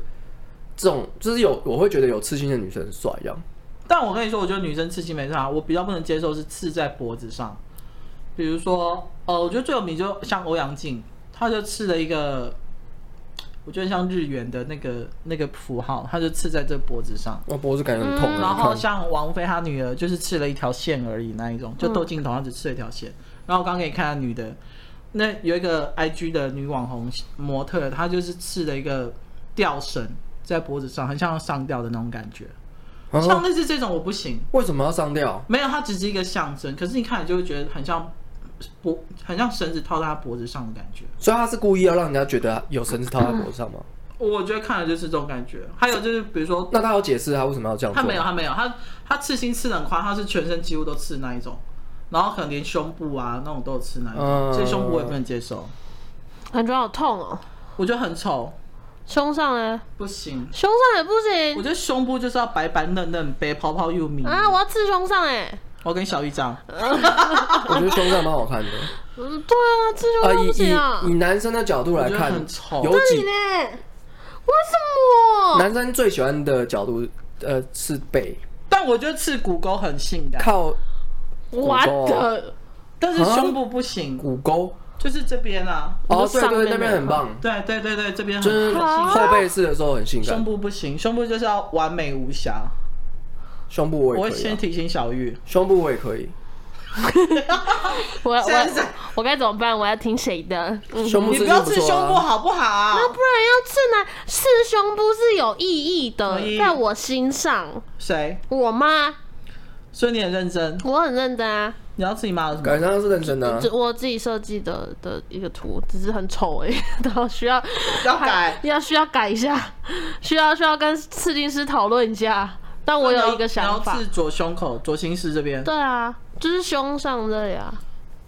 [SPEAKER 2] 这种就是有，我会觉得有刺青的女生很帅一样。
[SPEAKER 3] 但我跟你说，我觉得女生刺青没啥，我比较不能接受是刺在脖子上。比如说，呃，我觉得最有名就像欧阳靖，他就刺了一个，我觉得像日元的那个那个符号，他就刺在这脖子上。
[SPEAKER 2] 我脖子感觉很痛啊，
[SPEAKER 1] 嗯
[SPEAKER 2] 你
[SPEAKER 3] 然后
[SPEAKER 2] 看
[SPEAKER 3] 像王菲她女儿就是刺了一条线而已那一种，就
[SPEAKER 2] 嗯
[SPEAKER 3] 窦靖童她只刺了一条线。然后我刚给你看她女的，那有一个 IG 的女网红模特，她就是刺了一个吊绳在脖子上，很像上吊的那种感觉。像
[SPEAKER 2] 啊
[SPEAKER 3] 类似这种我不行，
[SPEAKER 2] 为什么要上吊？
[SPEAKER 3] 没有，它只是一个象征，可是你看你就会觉得很像脖，很像绳子套在她脖子上的感觉。
[SPEAKER 2] 所以他是故意要让人家觉得有绳子套在脖子上吗？
[SPEAKER 3] 我觉得看了就是这种感觉。还有就是比如说，
[SPEAKER 2] 那他有解释他为什么要这样
[SPEAKER 3] 嗯他
[SPEAKER 2] 做？
[SPEAKER 3] 没有，他啊没有，他他刺青刺得很宽，他是全身几乎都刺那一种，然后可能连胸部啊那种都有刺那一种，
[SPEAKER 2] 嗯
[SPEAKER 3] 所以胸部我也不能接受，
[SPEAKER 1] 感觉好痛哦。
[SPEAKER 3] 我觉得很丑，
[SPEAKER 1] 胸上呢？
[SPEAKER 3] 不行。
[SPEAKER 1] 胸上也不
[SPEAKER 3] 我
[SPEAKER 1] 行
[SPEAKER 3] 觉得胸部就是要白白嫩嫩，白泡泡又明。
[SPEAKER 1] 啊！我要刺胸上哎、
[SPEAKER 3] 我跟小玉讲，
[SPEAKER 2] 我觉得胸上蛮好看的。
[SPEAKER 1] 嗯，对啊，刺胸
[SPEAKER 2] 啊，
[SPEAKER 1] 上
[SPEAKER 2] 以
[SPEAKER 1] 不行啊。
[SPEAKER 2] 以以男生的角度来
[SPEAKER 3] 我觉得
[SPEAKER 2] 看
[SPEAKER 3] 很丑，
[SPEAKER 2] 有
[SPEAKER 1] 那你
[SPEAKER 2] 几
[SPEAKER 1] 呢？为什么？
[SPEAKER 2] 男生最喜欢的角度，呃，是背
[SPEAKER 3] 但我觉得刺骨沟很性感，
[SPEAKER 2] 靠
[SPEAKER 1] 我
[SPEAKER 2] 骨沟啊
[SPEAKER 1] 的，
[SPEAKER 3] 但是胸部不行，
[SPEAKER 2] 骨沟。
[SPEAKER 3] 就是这边啊。
[SPEAKER 2] 哦，
[SPEAKER 1] 你说
[SPEAKER 2] 对
[SPEAKER 1] 上
[SPEAKER 2] 对，
[SPEAKER 1] 面
[SPEAKER 2] 那边
[SPEAKER 1] 那
[SPEAKER 2] 很
[SPEAKER 1] 个
[SPEAKER 2] 棒，
[SPEAKER 3] 对对对对，这边
[SPEAKER 2] 就
[SPEAKER 3] 很
[SPEAKER 2] 是
[SPEAKER 3] 很性
[SPEAKER 2] 后
[SPEAKER 3] 感。
[SPEAKER 2] 背式的时候很性
[SPEAKER 3] 嗯啊胸
[SPEAKER 2] 感。
[SPEAKER 3] 部不行，胸部就是要完美无瑕。
[SPEAKER 2] 胸部我
[SPEAKER 3] 我
[SPEAKER 2] 也
[SPEAKER 3] 会
[SPEAKER 2] 可以
[SPEAKER 3] 先
[SPEAKER 2] 啊，
[SPEAKER 3] 提醒小玉，
[SPEAKER 2] 胸部我也可以。
[SPEAKER 1] 我我
[SPEAKER 3] 现在
[SPEAKER 1] 我该怎么办？我要听谁的？嗯，
[SPEAKER 2] 胸部
[SPEAKER 3] 你
[SPEAKER 2] 刺青
[SPEAKER 3] 不要
[SPEAKER 2] 不
[SPEAKER 3] 刺
[SPEAKER 2] 错
[SPEAKER 3] 胸
[SPEAKER 2] 啊
[SPEAKER 3] 部好不好？
[SPEAKER 1] 那不然要刺哪？刺胸部是有意义的
[SPEAKER 3] 有意义，
[SPEAKER 1] 在我心上。
[SPEAKER 3] 谁？
[SPEAKER 1] 我妈，
[SPEAKER 3] 所以你很认真，
[SPEAKER 1] 我很认真啊，
[SPEAKER 3] 你要自己骂了什么？
[SPEAKER 2] 感觉上是认真的、啊
[SPEAKER 1] 只。我自己设计的的一个图，只是很丑而已， *laughs* 然后需要
[SPEAKER 3] 要改
[SPEAKER 1] 要需要改一下，需要需要跟刺青师讨论一下。但我有一个想
[SPEAKER 3] 你
[SPEAKER 1] 法
[SPEAKER 3] 要刺，左胸口、左心室这边。
[SPEAKER 1] 对啊，就是胸上这里啊。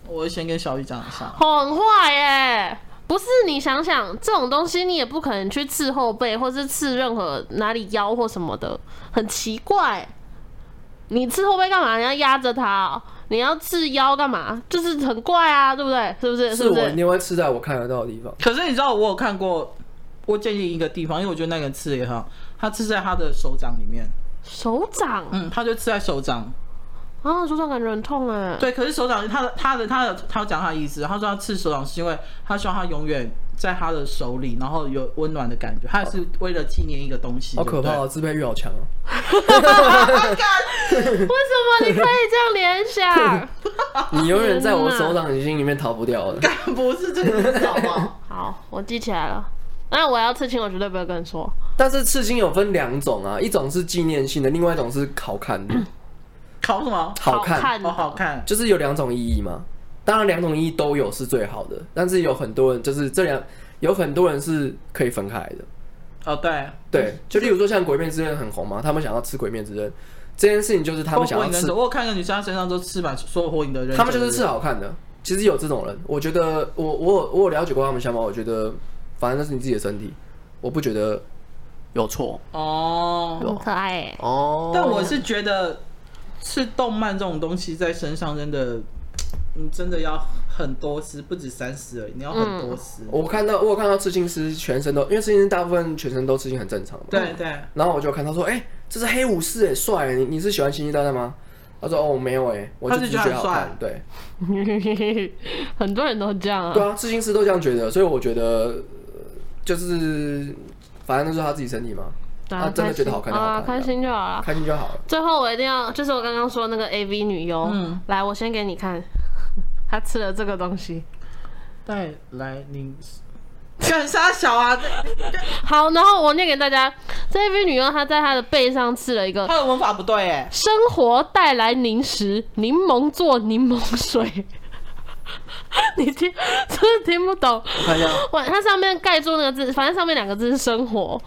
[SPEAKER 3] 我会先跟小雨讲一下。
[SPEAKER 1] 很坏耶、不是你想想，这种东西你也不可能去刺后背，或是刺任何哪里腰或什么的，很奇怪。你刺后背干嘛？你要压着它哦、你要刺腰干嘛？就是很怪啊，对不对？是不是？
[SPEAKER 2] 是
[SPEAKER 1] 不
[SPEAKER 2] 我
[SPEAKER 1] 是
[SPEAKER 2] 一？定会吃在我看得到的地方。
[SPEAKER 3] 可是你知道我有看过，我建议一个地方，因为我觉得那个刺也很好，他刺在他的手掌里面。
[SPEAKER 1] 手掌
[SPEAKER 3] 嗯，他就刺在手掌。
[SPEAKER 1] 啊，手掌感觉很痛哎。
[SPEAKER 3] 对，可是手掌他的他的他的他有讲他的意思，他说他刺手掌是因为他希望他永远在他的手里，然后有温暖的感觉，他也是为了纪念一个东西。
[SPEAKER 2] 好
[SPEAKER 3] 对不
[SPEAKER 2] 可
[SPEAKER 3] 对
[SPEAKER 2] 怕、啊，自卑欲好强啊！
[SPEAKER 3] *laughs*
[SPEAKER 1] 为什么你可以这样联
[SPEAKER 2] *laughs*
[SPEAKER 1] 想？
[SPEAKER 2] 你永远在我手掌心里面逃不掉的。
[SPEAKER 3] 不是这个意思，好不好？
[SPEAKER 1] 好，我记起来了。那我要刺青，我绝对不会跟你说。
[SPEAKER 2] 但是刺青有分两种啊，一种是纪念性的，另外一种是好看的。
[SPEAKER 3] 考什么？
[SPEAKER 2] 好
[SPEAKER 1] 看，
[SPEAKER 2] 看
[SPEAKER 3] 嗯好好，看。
[SPEAKER 2] 就是有两种意义嘛。当然，两种意义都有是最好的，但是有很多人就是这两，有很多人是可以分开的。
[SPEAKER 3] 哦，对，
[SPEAKER 2] 对，就例如说像《鬼面之刃》很红嘛，他们想要吃《鬼面之刃》这件事情，就是他们想
[SPEAKER 3] 火
[SPEAKER 2] 要
[SPEAKER 3] 影忍
[SPEAKER 2] 吃
[SPEAKER 3] 者，我有看一个女生，她身上都刺满所有火影的忍者，
[SPEAKER 2] 他们就是吃好看的。其实有这种人，我觉得我我有我有了解过他们想法，我觉得反正那是你自己的身体，我不觉得有错
[SPEAKER 3] 哦。
[SPEAKER 1] 很可爱哎。
[SPEAKER 2] 哦
[SPEAKER 3] 但我是觉得刺动漫这种东西在身上真的，你真的要很多丝，不止三丝而已，你要很多丝。
[SPEAKER 2] 我看到我有看到刺青师全身都，因为刺青师大部分全身都刺青很正常嘛。
[SPEAKER 3] 对对，
[SPEAKER 2] 然后我就看他说，哎、这是黑武士哎，帅欸！你你是喜欢星际大战吗？他说哦没有哎，我就
[SPEAKER 3] 他
[SPEAKER 2] 只
[SPEAKER 3] 是
[SPEAKER 2] 是
[SPEAKER 3] 觉
[SPEAKER 2] 觉
[SPEAKER 3] 得
[SPEAKER 2] 得好
[SPEAKER 3] 很帅
[SPEAKER 2] 看。对
[SPEAKER 1] 欸 *laughs* 很多人都这样
[SPEAKER 2] 对
[SPEAKER 1] 啊。
[SPEAKER 2] 啊，刺青师都这样觉得，所以我觉得呃就是反正那是他自己身体嘛，
[SPEAKER 1] 对
[SPEAKER 2] 他真的
[SPEAKER 1] 开
[SPEAKER 2] 觉
[SPEAKER 1] 心
[SPEAKER 2] 得好看就好
[SPEAKER 1] 啊，
[SPEAKER 2] 看，
[SPEAKER 1] 开心就好了。
[SPEAKER 2] 开心就好了。
[SPEAKER 1] 最后我一定要，就是我刚刚说那个 A V 女优，
[SPEAKER 3] 嗯
[SPEAKER 1] 来，我先给你看， *laughs* 她吃了这个东西，
[SPEAKER 3] 再来你。干啥小啊？
[SPEAKER 1] 好，然后我念给大家，这 A V 女优她在她的背上刺了一个
[SPEAKER 3] 他的文法不对
[SPEAKER 1] “
[SPEAKER 3] 哎
[SPEAKER 1] 生活带来零食，柠檬做柠檬水”， *laughs* 你听，真的听不懂。
[SPEAKER 2] 我看一下，
[SPEAKER 1] 哇，它上面盖住那个字，反正上面两个字是生活，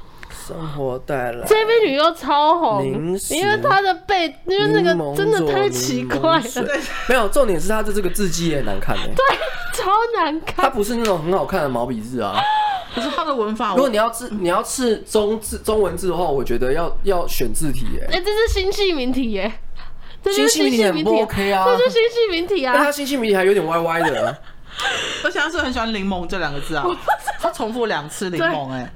[SPEAKER 2] 生活带来
[SPEAKER 1] 这位女优超红，
[SPEAKER 2] 零食
[SPEAKER 1] 因为她的背，因为那
[SPEAKER 2] 柠檬
[SPEAKER 1] 个真的
[SPEAKER 2] 做
[SPEAKER 1] 太
[SPEAKER 2] 柠
[SPEAKER 1] 奇
[SPEAKER 2] 檬
[SPEAKER 1] 怪了，
[SPEAKER 2] 水没有，重点是他的这个字迹也很难看哎、欸，
[SPEAKER 1] *laughs* 超难看。
[SPEAKER 2] 它不是那种很好看的毛笔字啊。
[SPEAKER 3] 可是他的文法，
[SPEAKER 2] 如果
[SPEAKER 3] 我
[SPEAKER 2] 你要字，你要是中字中文字的话，我觉得要要选字体哎、
[SPEAKER 1] 哎、这是新系名体耶，这就是新
[SPEAKER 2] 新系名体
[SPEAKER 1] 系
[SPEAKER 2] 很
[SPEAKER 1] 名
[SPEAKER 2] 不
[SPEAKER 1] 体、
[SPEAKER 2] OK 啊
[SPEAKER 1] 这就是新系名体
[SPEAKER 2] 但
[SPEAKER 1] 啊
[SPEAKER 2] 他。星星迷你还有点歪歪的，
[SPEAKER 3] 而且他是很喜欢柠檬这两个字啊，他重复两次柠檬哎、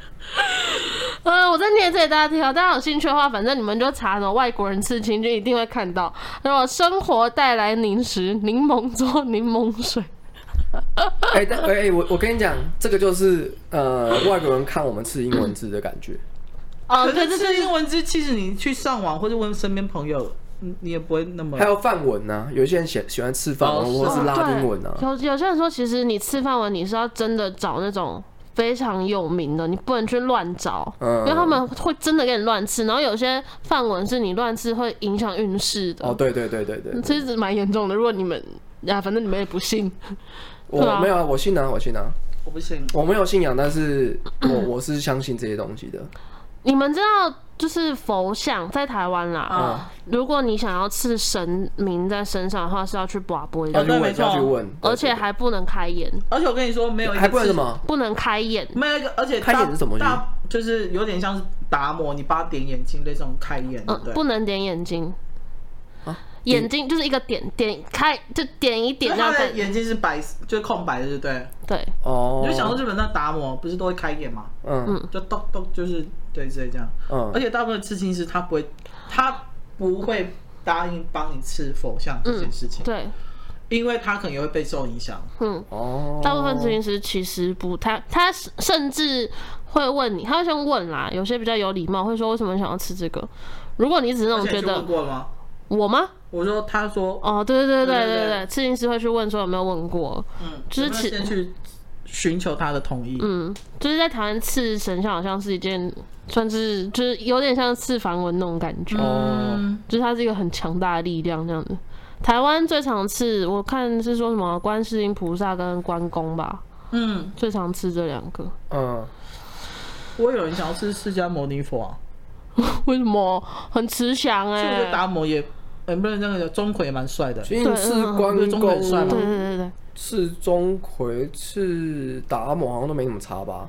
[SPEAKER 1] 呃，我再念这给大家听啊，大家有兴趣的话，反正你们就查什么外国人刺青，就一定会看到。然后生活带来零食，柠檬做柠檬水，
[SPEAKER 2] 哎、但哎、哎我我跟你讲，这个就是呃外国人看我们吃英文字的感觉。
[SPEAKER 1] 哦、
[SPEAKER 3] 可
[SPEAKER 1] 对，这
[SPEAKER 3] 是吃
[SPEAKER 1] 是
[SPEAKER 3] 英文字，其实你去上网或者问身边朋友，嗯你你也不会那么
[SPEAKER 2] 还有范文呐、有一些人喜喜欢吃范文、
[SPEAKER 3] 哦
[SPEAKER 2] 或者
[SPEAKER 3] 是
[SPEAKER 2] 是拉
[SPEAKER 1] 对
[SPEAKER 2] 丁文啊。
[SPEAKER 1] 有有些人说，其实你吃饭文你是要真的找那种非常有名的，你不能去乱找，
[SPEAKER 2] 嗯
[SPEAKER 1] 因为他们会真的给你乱吃。然后有些饭文是你乱吃会影响运势的，
[SPEAKER 2] 哦，对对对对对，
[SPEAKER 1] 其实蛮严重的。如果你们啊，反正你们也不信，
[SPEAKER 2] 我
[SPEAKER 1] 是吗
[SPEAKER 2] 没有啊，我信啊，我信啊，
[SPEAKER 3] 我不信。
[SPEAKER 2] 我没有信仰，但是我我是相信这些东西的。
[SPEAKER 1] 你们知道就是佛像在台湾啦。
[SPEAKER 3] 啊
[SPEAKER 1] 如果你想要刺神明在身上的话，是要去卜卜
[SPEAKER 2] 要
[SPEAKER 1] 的，
[SPEAKER 2] 去
[SPEAKER 3] 对
[SPEAKER 2] 问，
[SPEAKER 3] 没错
[SPEAKER 2] 要去问，
[SPEAKER 1] 而且还不能开眼，
[SPEAKER 3] 而且我跟你说，没有一个
[SPEAKER 2] 还不能
[SPEAKER 3] 字
[SPEAKER 2] 什么？
[SPEAKER 1] 不能开眼。
[SPEAKER 3] 没有一个，而且
[SPEAKER 2] 开
[SPEAKER 3] 大
[SPEAKER 2] 眼是什么意思
[SPEAKER 3] 大就是有点像是达摩，你把它点眼睛类似这种开眼，对
[SPEAKER 1] 嗯
[SPEAKER 3] 不，对？
[SPEAKER 1] 不能点眼睛
[SPEAKER 2] 啊。
[SPEAKER 1] 眼睛就是一个点点开，就点一点
[SPEAKER 3] 就
[SPEAKER 1] 这
[SPEAKER 3] 他
[SPEAKER 1] 样
[SPEAKER 3] 的
[SPEAKER 1] 看。
[SPEAKER 3] 眼睛是白，就是空白的，对不对？
[SPEAKER 1] 对，
[SPEAKER 2] 哦，
[SPEAKER 3] 你就想说日本那达摩不是都会开眼嘛，
[SPEAKER 2] 嗯
[SPEAKER 3] 就咚咚，就是对之类这样。而
[SPEAKER 2] 嗯，
[SPEAKER 3] 且大部分的刺青师他不会，他不会答应帮你刺佛像这件事情，
[SPEAKER 1] 对，
[SPEAKER 3] 因为他可能也会被受影响。
[SPEAKER 1] 嗯，
[SPEAKER 2] 哦，
[SPEAKER 1] 大部分咨询师其实不太，他甚至会问你，他会先问啦。有些比较有礼貌，会说为什么想要吃这个。如果你只是那
[SPEAKER 3] 而
[SPEAKER 1] 种
[SPEAKER 3] 且
[SPEAKER 1] 觉
[SPEAKER 3] 你去问
[SPEAKER 1] 得
[SPEAKER 3] 过吗？
[SPEAKER 1] 我吗？
[SPEAKER 3] 我说，他说，
[SPEAKER 1] 嗯哦，对对对
[SPEAKER 3] 对
[SPEAKER 1] 对
[SPEAKER 3] 对
[SPEAKER 1] 对
[SPEAKER 3] 对
[SPEAKER 1] 对，咨询师会去问说有没有问过，
[SPEAKER 3] 嗯，
[SPEAKER 1] 就是
[SPEAKER 3] 有没有
[SPEAKER 1] 其
[SPEAKER 3] 先去寻求他的同意。
[SPEAKER 1] 嗯，就是在台湾刺神像好像是一件算是就是有点像刺梵文那种感觉，
[SPEAKER 2] 哦，
[SPEAKER 1] 就是它是一个很强大的力量这样子。台湾最常吃，我看是说什么观世音菩萨跟关公吧，
[SPEAKER 3] 嗯，
[SPEAKER 1] 最常吃这两个。
[SPEAKER 2] 嗯，
[SPEAKER 3] 我有人想要吃释迦牟尼佛啊，
[SPEAKER 1] 为什么很慈祥
[SPEAKER 3] 所以我
[SPEAKER 1] 哎、
[SPEAKER 3] 觉得达摩也，呃，不是那个叫钟馗也蛮帅的。
[SPEAKER 2] 其实是关
[SPEAKER 3] 对嗯嗯不是中国帅
[SPEAKER 2] 公
[SPEAKER 3] 吗
[SPEAKER 1] 对对对对，
[SPEAKER 2] 是钟馗，是达摩，好像都没什么差吧？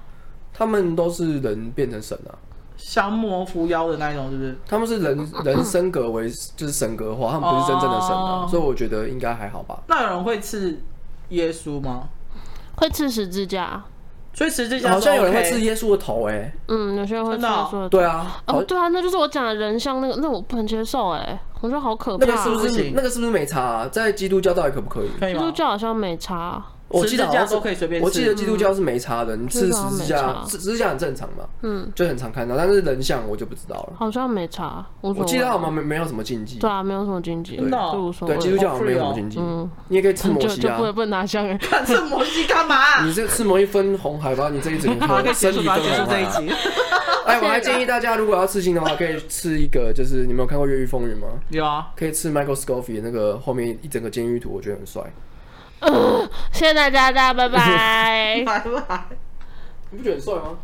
[SPEAKER 2] 他们都是人变成神啊，
[SPEAKER 3] 降魔伏妖的那一种，是不是？
[SPEAKER 2] 他们是人
[SPEAKER 1] 嗯
[SPEAKER 2] 人升格为就是神格化，他们不是真正的神啊
[SPEAKER 3] 哦，
[SPEAKER 2] 所以我觉得应该还好吧。
[SPEAKER 3] 那有人会吃耶稣吗？
[SPEAKER 1] 会刺十字架，
[SPEAKER 3] 所以十字架是
[SPEAKER 2] 好像有人会
[SPEAKER 3] OK
[SPEAKER 2] 吃耶稣的头，哎，
[SPEAKER 1] 嗯，有些人会
[SPEAKER 3] 真
[SPEAKER 1] 刺
[SPEAKER 3] 的哦
[SPEAKER 1] 说，
[SPEAKER 2] 对啊，好
[SPEAKER 1] 哦，，对啊，那就是我讲的人像那个，那我不能接受哎、我觉得好可怕、啊
[SPEAKER 2] 那个是不
[SPEAKER 3] 不
[SPEAKER 2] 是
[SPEAKER 3] 行
[SPEAKER 2] 那个是不是没差啊？在基督教到底可不可以？
[SPEAKER 3] 可
[SPEAKER 1] *laughs*
[SPEAKER 3] 以
[SPEAKER 1] 基
[SPEAKER 3] 吗？
[SPEAKER 1] 督教好像没差，
[SPEAKER 2] 我记得
[SPEAKER 3] 十
[SPEAKER 2] 好
[SPEAKER 3] 字架
[SPEAKER 2] 像是
[SPEAKER 3] 都可以随便吃
[SPEAKER 2] 我记得基督教是没差的，你
[SPEAKER 1] 嗯
[SPEAKER 2] 吃十字
[SPEAKER 1] 基督教
[SPEAKER 2] 架，
[SPEAKER 1] 没差
[SPEAKER 2] 十十字架很正常嘛，
[SPEAKER 1] 嗯，
[SPEAKER 2] 就很常看到。但是人像我就不知道了。
[SPEAKER 1] 好像没差，无所
[SPEAKER 2] 我
[SPEAKER 1] 谓。
[SPEAKER 2] 记得好像没没有什么禁忌
[SPEAKER 1] 对，啊，没有什么禁忌，
[SPEAKER 3] 真的哦
[SPEAKER 1] 就无所谓。
[SPEAKER 2] 对，基督教好像
[SPEAKER 3] 哦
[SPEAKER 2] 没有什么禁忌。你也可以吃摩
[SPEAKER 1] 就
[SPEAKER 2] 西
[SPEAKER 1] 就
[SPEAKER 2] 啊
[SPEAKER 1] 不，能不能拿香哎、
[SPEAKER 3] 看这摩西干嘛？
[SPEAKER 2] 你这吃摩西分红海吧，你这一
[SPEAKER 3] *laughs*
[SPEAKER 2] 整
[SPEAKER 3] 好，可
[SPEAKER 2] 个
[SPEAKER 3] 以
[SPEAKER 2] *laughs*
[SPEAKER 3] 结
[SPEAKER 2] 身
[SPEAKER 3] 束
[SPEAKER 2] 体
[SPEAKER 3] 吧，
[SPEAKER 2] 分
[SPEAKER 3] 结束
[SPEAKER 2] 红
[SPEAKER 3] 这
[SPEAKER 2] 海
[SPEAKER 3] 一
[SPEAKER 2] 啊。
[SPEAKER 3] 集。
[SPEAKER 2] 哎，我还建议大家，如果要刺青的话，可以吃一个，就是你没有看过《越狱风云》吗？
[SPEAKER 3] 有啊，。
[SPEAKER 2] 可以吃 Michael Scofield 那个后面一整个监狱图，我觉得很帅。
[SPEAKER 1] 谢谢大家，大家拜拜
[SPEAKER 2] *laughs*
[SPEAKER 3] 拜拜。
[SPEAKER 2] 你不觉得很帅吗？